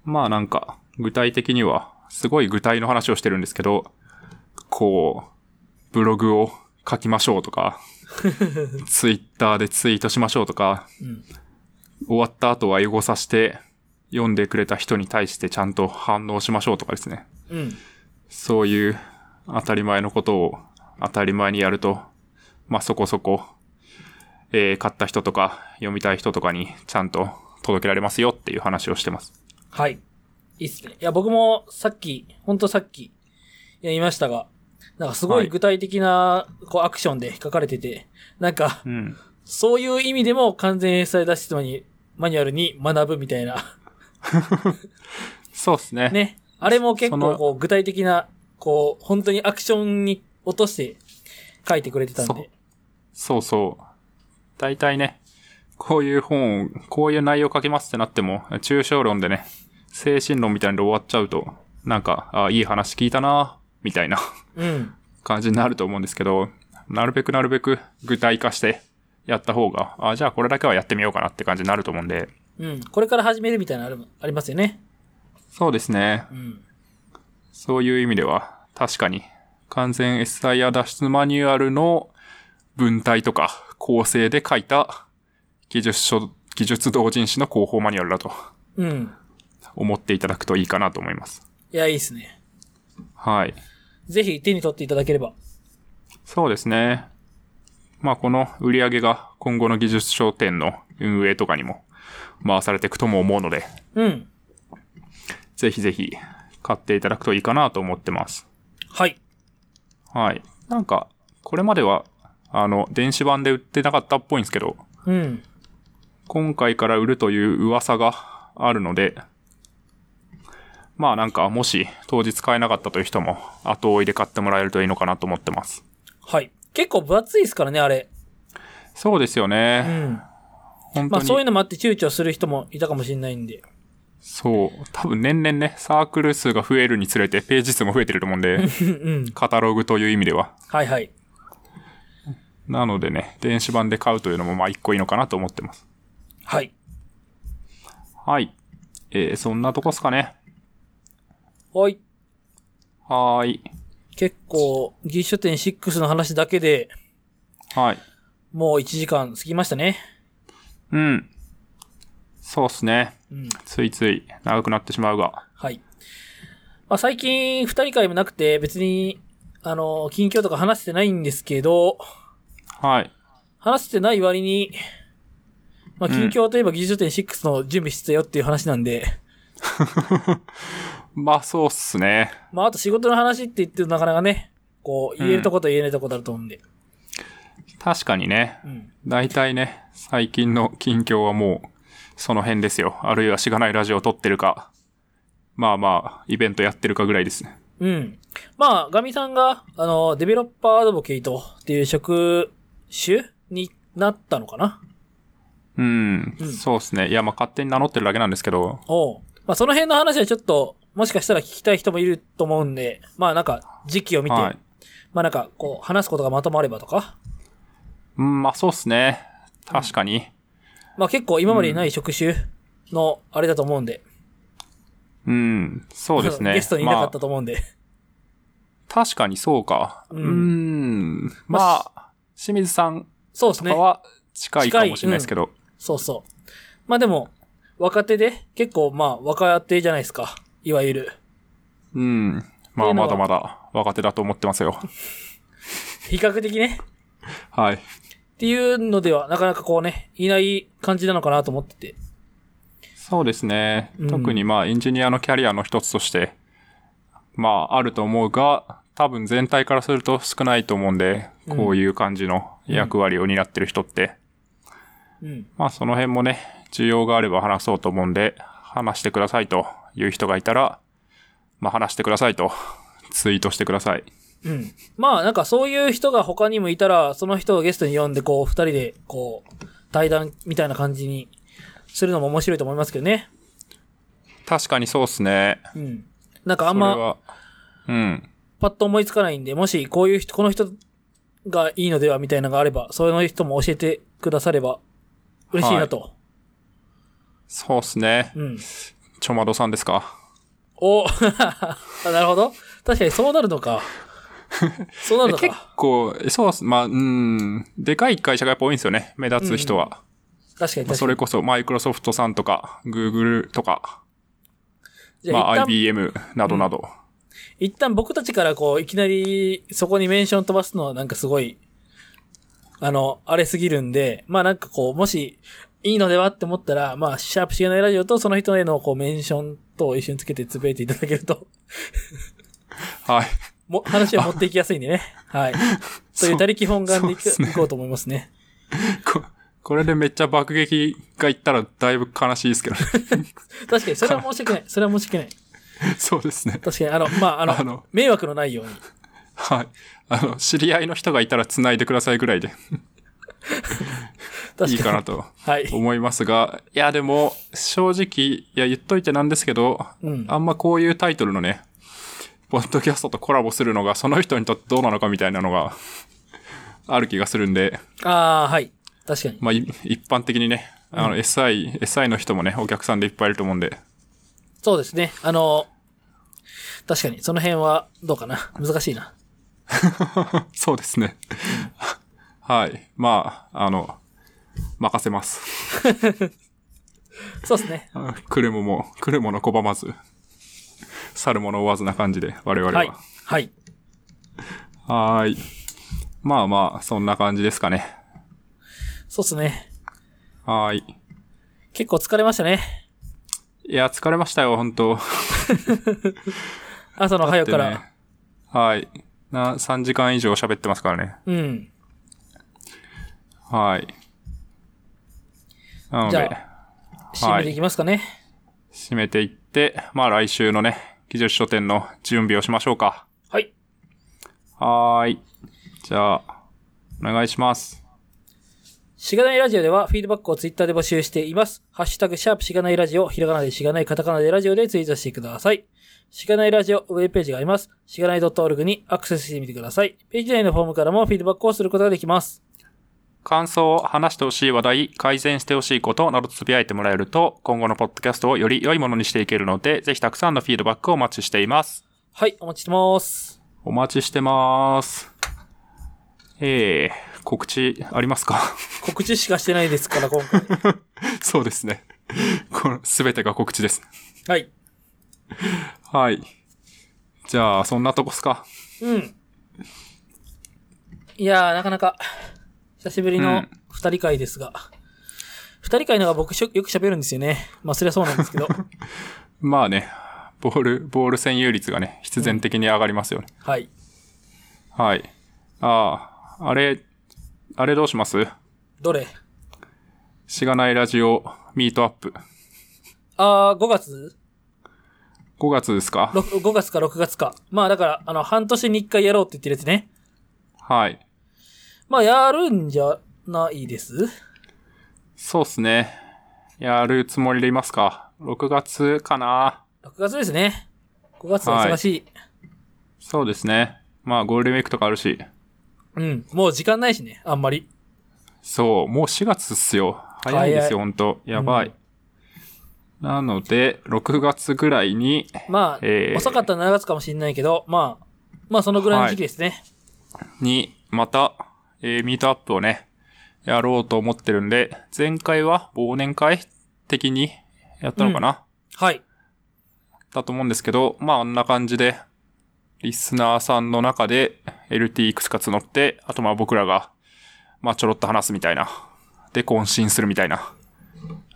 B: まあなんか、具体的には、すごい具体の話をしてるんですけど、こう、ブログを書きましょうとか、ツイッターでツイートしましょうとか、
A: ん
B: 終わった後はエゴさして、読んでくれた人に対してちゃんと反応しましょうとかですね。
A: うん。
B: そういう当たり前のことを当たり前にやると、まあそこそこ、えー買った人とか読みたい人とかにちゃんと届けられますよっていう話をしてます。
A: はい。いいっすね。いや、僕もさっき、ほんとさっき、いや、言いましたが、なんかすご
B: はいい
A: 具体的な、こう、アクションで書かれてて、なんか、
B: うん。そう
A: そういう意味でも完全英才脱出マニマニュアルに学ぶみたいな。
B: です ね。
A: ね。あれも結
B: そ
A: 構
B: の
A: こう具体的な、こう、本当にアクションに落として書いてくれてたん
B: そう
A: で。
B: そうそう。大体ね、こういう本を、こういう内容書きますってなっても、抽象論でね、精神論みたいなので終わっちゃうと、なんか、あいい話聞いたなみたいな
A: うん。
B: 感じになると思うんですけど、なるべくなるべく具体化してやった方が、あじゃあこれだけはやってみようかなって感じになると思うんで、
A: うん。これから始めるみたいなのあるありますよね。
B: そうですね。
A: うん。
B: そういう意味では、確かに、完全 SIR 脱出マニュアルの文体とか構成で書いた技術書、技術同人誌の広報マニュアルだと
A: うん。
B: 思っていただくといいかなと思います。
A: いいや、いいですね。
B: はい。
A: ぜひ手に取っていただければ。
B: そうですね。まあ、この売り上げが今後の技術商店の運営とかにも回されていくとも思うので、
A: うん。
B: ぜひぜひ買っていただくといいかなと思ってます。
A: はい。
B: はい。なんか、これまでは、あの、電子版で売ってなかったっぽいんですけど、
A: うん。
B: 今回から売るという噂があるので、まあなんか、もし当日買えなかったという人も、後追いで買ってもらえるといいのかなと思ってます。
A: はい。結構分厚いですからね、あれ。
B: そうですよ
A: う
B: ね。
A: ん。
B: 本当
A: まあ
B: に。
A: そういうのもあって躊躇する人もいたかもしれないんで。
B: そう。多分年々ね、サークル数が増えるにつれてページ数も増えてると思うんで、
A: うん うん。
B: カタログという意味では。
A: はいはい。
B: なのでね、電子版で買うというのもまあ一個いいのかなと思ってます。
A: はい。
B: はい。えー、そんなとこっすかね。
A: はい。
B: はーい。
A: 結構、技術書店6の話だけで
B: はい。
A: もう1時間過ぎましたね。
B: うん。そうっすね。
A: うん。
B: ついつい長くなってしまうが。
A: はい。まあ最近、二人会もなくて、別に、あの、近況とか話してないんですけど、
B: はい。
A: 話してない割に、まあ、
B: うん
A: 近況といえば技術書店6の準備してたよっていう話なんで、
B: まあそうっすね。
A: まあ、あと仕事の話って言ってるとなかなかね、こう、言えるとこと言えないとこだと思うんで。
B: 確かにね。
A: うん。
B: 大体ね、最近の近況はもう、その辺ですよ。あるいはしがないラジオを撮ってるか、まあまあ、イベントやってるかぐらいですね。
A: うん。まあ、ガミさんが、あの、デベロッパーアドボケイトっていう職種になったのかな
B: うん、
A: うん
B: そうですね。いや、まあ勝手に名乗ってるだけなんですけど、
A: おうまあ、その辺の話はちょっと、もしかしたら聞きたい人もいると思うんで、まあなんか、時期を見て、
B: はい。
A: まあなんか、こう、話すことがまとまればとか、
B: うん、まあそうっすね。確かに。
A: まあ結構今までにない職種の、あれだと思うんで、
B: うん、そうですね。
A: ゲストにいなかっ
B: ま
A: たと思うんで、
B: あ確かにそうか。
A: う
B: うんん、んまあ、清水さん
A: そうです
B: とか
A: ね。
B: は近いかもしれないですけど、
A: そうそう。まあでも、若手で、結構まあ若手じゃないですか。いわゆる。
B: うん、ま
A: っていう
B: あ
A: のは
B: まだまだ若手だと思ってますよ。
A: 比較的ね。
B: はい。
A: っていうのでは、なかなかこうね、いない感じなのかなと思ってて。
B: そうですね。
A: うん
B: 特にまあエンジニアのキャリアの一つとして、まああると思うが、多分全体からすると少ないと思うんで、
A: うん
B: こういう感じの役割を担ってる人って、
A: うん。
B: まあその辺もね、需要があれば話そうと思うんで、話してくださいという人がいたら、まあ話してくださいとツイートしてください。
A: うん。まあなんかそういう人が他にもいたら、その人をゲストに呼んで、こう、二人で、こう、対談みたいな感じにするのも面白いと思いますけどね。
B: 確かにそうっすね。
A: うん。なんかあ
B: あ
A: んま、
B: うん。
A: パッと思いつかないんで、もしこういう人、この人がいいのではみたいなのがあれば、そういう人も教えてくだされば、嬉しいなと。
B: そうっすね。
A: うん。
B: ちょまどさんですか。
A: お あなるほど。確かにそうなるのか。そうなるの
B: 結
A: か。
B: 構、そうっす、まあ、うん、でかい会社がやっぱ多いんですよね、目立つ人は。
A: 確かに確
B: まあ
A: か
B: そ
A: に。
B: れこそ、マイクロソフトさんとか、グーグルとか、
A: じゃ
B: ま
A: あ一
B: あ、
A: 旦、
B: IBM などなど。
A: 一旦僕たちからこう、いきなりそこにメンション飛ばすのはなんかすごい、あの、あれすぎるんで、まあなんかこう、もし、いいのではって思ったら、まあ、シャープしがないラジオとその人へのこう、メンションと一緒につけてつぶえていただけると、
B: はい。
A: も、話は持っていきやすいんでね。はい。という、
B: そう
A: 他力本願でいく
B: そうですね
A: いこうと思いますね。
B: ここれでめっちゃ爆撃がいったらだいぶ悲しいですけどね。
A: 確かに、それは申し訳 ない。それは申し訳ない。
B: そうですね。
A: 確かに、あの、まあ、あの、
B: あの
A: 迷惑のないように。
B: はい。あの、知り合いの人がいたら繋いでくださいぐらいで
A: 確かに。
B: いいかなと
A: はい。
B: 思いますが、いや、でも、正直、いや、言っといてなんですけど、
A: うん
B: あんまこういうタイトルのね、ポッドキャストとコラボするのが、その人にとってどうなのかみたいなのが、ある気がするんで、
A: ああ、はい。確かに。
B: まあ、い一般的にね、あの、SI、SI の人もね、お客さんでいっぱいいると思うんで、
A: そうですね。あの、確かに、その辺はどうかな。難しいな。
B: そうですね。はい。まあ、あの、任せます。
A: そうですね。
B: あクレモも、クレモの拒まず。去るもの追わずな感じで、我々は。
A: はい。はい。
B: はーい。まあまあ、そんな感じですかね。
A: そうっすね。
B: はーい。
A: 結構疲れましたね。
B: いや、疲れましたよ、本当
A: 朝の早くから。
B: でねはい。な、3時間以上喋ってますからね。
A: うん。
B: はい。なの
A: じ
B: で、
A: ゃ締めていきますかね。
B: 締めていって、まあ来週のね、技術書店の準備をしましょうか。
A: はい。
B: はーい。じゃあ、お願いします。
A: しがないラジオではフィードバックをツイッターで募集しています。ハッシュタグ、シャープしがないラジオ、ひらがなでしがない、カタカナでラジオでツイートしてください。しがないラジオウェブページがあります。しがない .org にアクセスしてみてください。ページ内のフォームからもフィードバックをすることができます。
B: 感想を話してほしい話題、改善してほしいことなどつぶやいてもらえると、今後のポッドキャストをより良いものにしていけるので、ぜひたくさんのフィードバックをお待ちしています。
A: はい、お待ちしてます。
B: お待ちしてます。えー、告知ありますか
A: 告知しかしてないですから、今回。
B: そうですね。この、すべてが告知です。
A: はい。
B: はい。じゃあ、そんなとこっすか。
A: うん。いやー、なかなか、久しぶり
B: う
A: の
B: ん
A: 二人会ですが。二、人会のが僕しょよく喋るんですよね。まあ、そりゃそうなんです けど。
B: まあね、ボール、ボール占有率がね、必然的に上がりますよね。
A: はい。
B: はい。ああ、あれ、あれどうします
A: どれ
B: しがないラジオ、ミートアップ。
A: あー、5月
B: 5月ですか
A: ろく ?5 月か6月か。まあ、だから、あの、半年に一回やろうって言ってるやつね。
B: はい。
A: まあ、やるんじゃないです
B: そうっすね。やるつもりでいますか ?6 月かな
A: ?6 月ですね。5月は忙しい。
B: そうですね。まあゴールデンウィークとかあるし。
A: うん。もう時間ないしね、あんまり。
B: そう、もう4月っすよ。早いです
A: 早
B: よ、
A: い
B: ほんと。やばい。なので、6月ぐらいに、
A: まあ、
B: えー
A: 遅かったら7月かもしれないけど、まあ、まあ、そのぐらいの時期ですね。
B: に、また、えーミートアップをね、やろうと思ってるんで、前回は忘年会的にやったのかな、
A: はい。
B: だと思うんですけど、まあ、あんな感じで、リスナーさんの中で LT いくつか募って、あとまあ僕らが、まあちょろっと話すみたいな。で、渾身するみたいな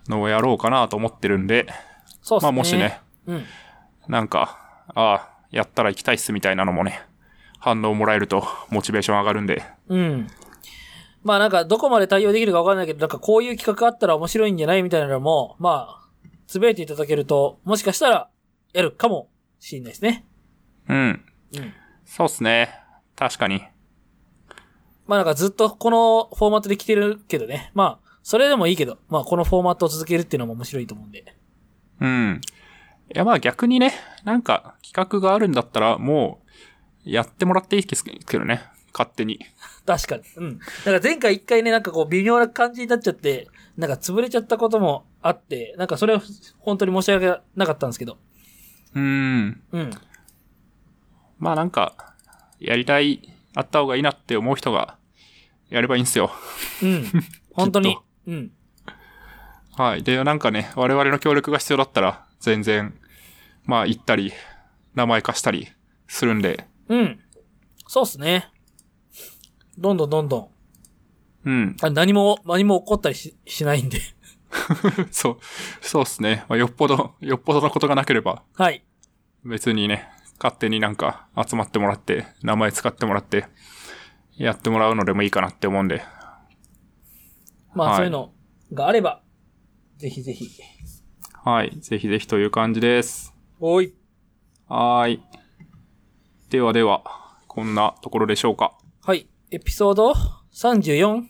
B: のをやろうかなと思ってるんで、
A: そうっすね。
B: まあもしね、
A: うん。
B: なんか、ああ、やったら行きたいっすみたいなのもね、反応もらえるとモチベーション上がるんで、
A: うん。まあなんか、どこまで対応できるかわかんないけど、なんかこういう企画あったら面白いんじゃないみたいなのも、まあ、つぶやいていただけると、もしかしたら、やるかもしれないですね。
B: うん。
A: うん
B: そうっすね。確かに。
A: まあなんかずっとこのフォーマットで来てるけどね。まあ、それでもいいけど、まあこのフォーマットを続けるっていうのも面白いと思うんで。
B: うん。いや、まあ逆にね、なんか企画があるんだったら、もう、やってもらっていいですけどね。勝手に。
A: 確かに。うん。なんか前回一回ね、なんかこう微妙な感じになっちゃって、なんか潰れちゃったこともあって、なんかそれは本当に申し訳なかったんですけど。
B: うん。
A: うん。
B: まあなんか、やりたい、あった方がいいなって思う人が、やればいいんすよ。
A: うん。本当
B: き
A: に
B: っと。
A: うん。
B: はい。で、なんかね、我々の協力が必要だったら、全然、まあ行ったり、名前貸したりするんで、
A: うん。そうっすね。どんどんどんどん。
B: うん。
A: あ何も、何も起こったりししないんで。
B: そう、そうっすね。まあよっぽど、よっぽどのことがなければ、
A: はい。
B: 別にね、勝手になんか集まってもらって、名前使ってもらって、やってもらうのでもいいかなって思うんで。
A: まあ、
B: はい
A: そういうのがあれば、ぜひぜひ。
B: はい。ぜひぜひという感じです。
A: おい。
B: はーい。ではでは、こんなところでしょうか。
A: はい。エピソード34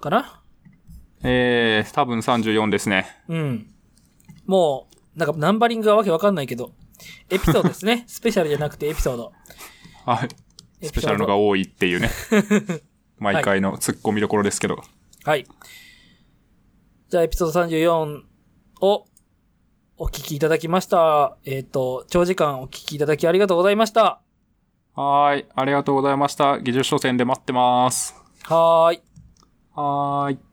A: かな
B: えー、多分34ですね。
A: うん。もう、なんかナンバリングがわけわかんないけど、エピソードです ね。スペシャルじゃなくてエピソード。
B: はい。スペシャルのが多いっていうね。毎回の突っ込みどころですけど。
A: はい。じゃあ、エピソード34をお聞きいただきました。えっ、と、長時間お聞きいただきありがとうございました。
B: はーい。ありがとうございました。技術書店で待ってます。
A: はーい。
B: はーい。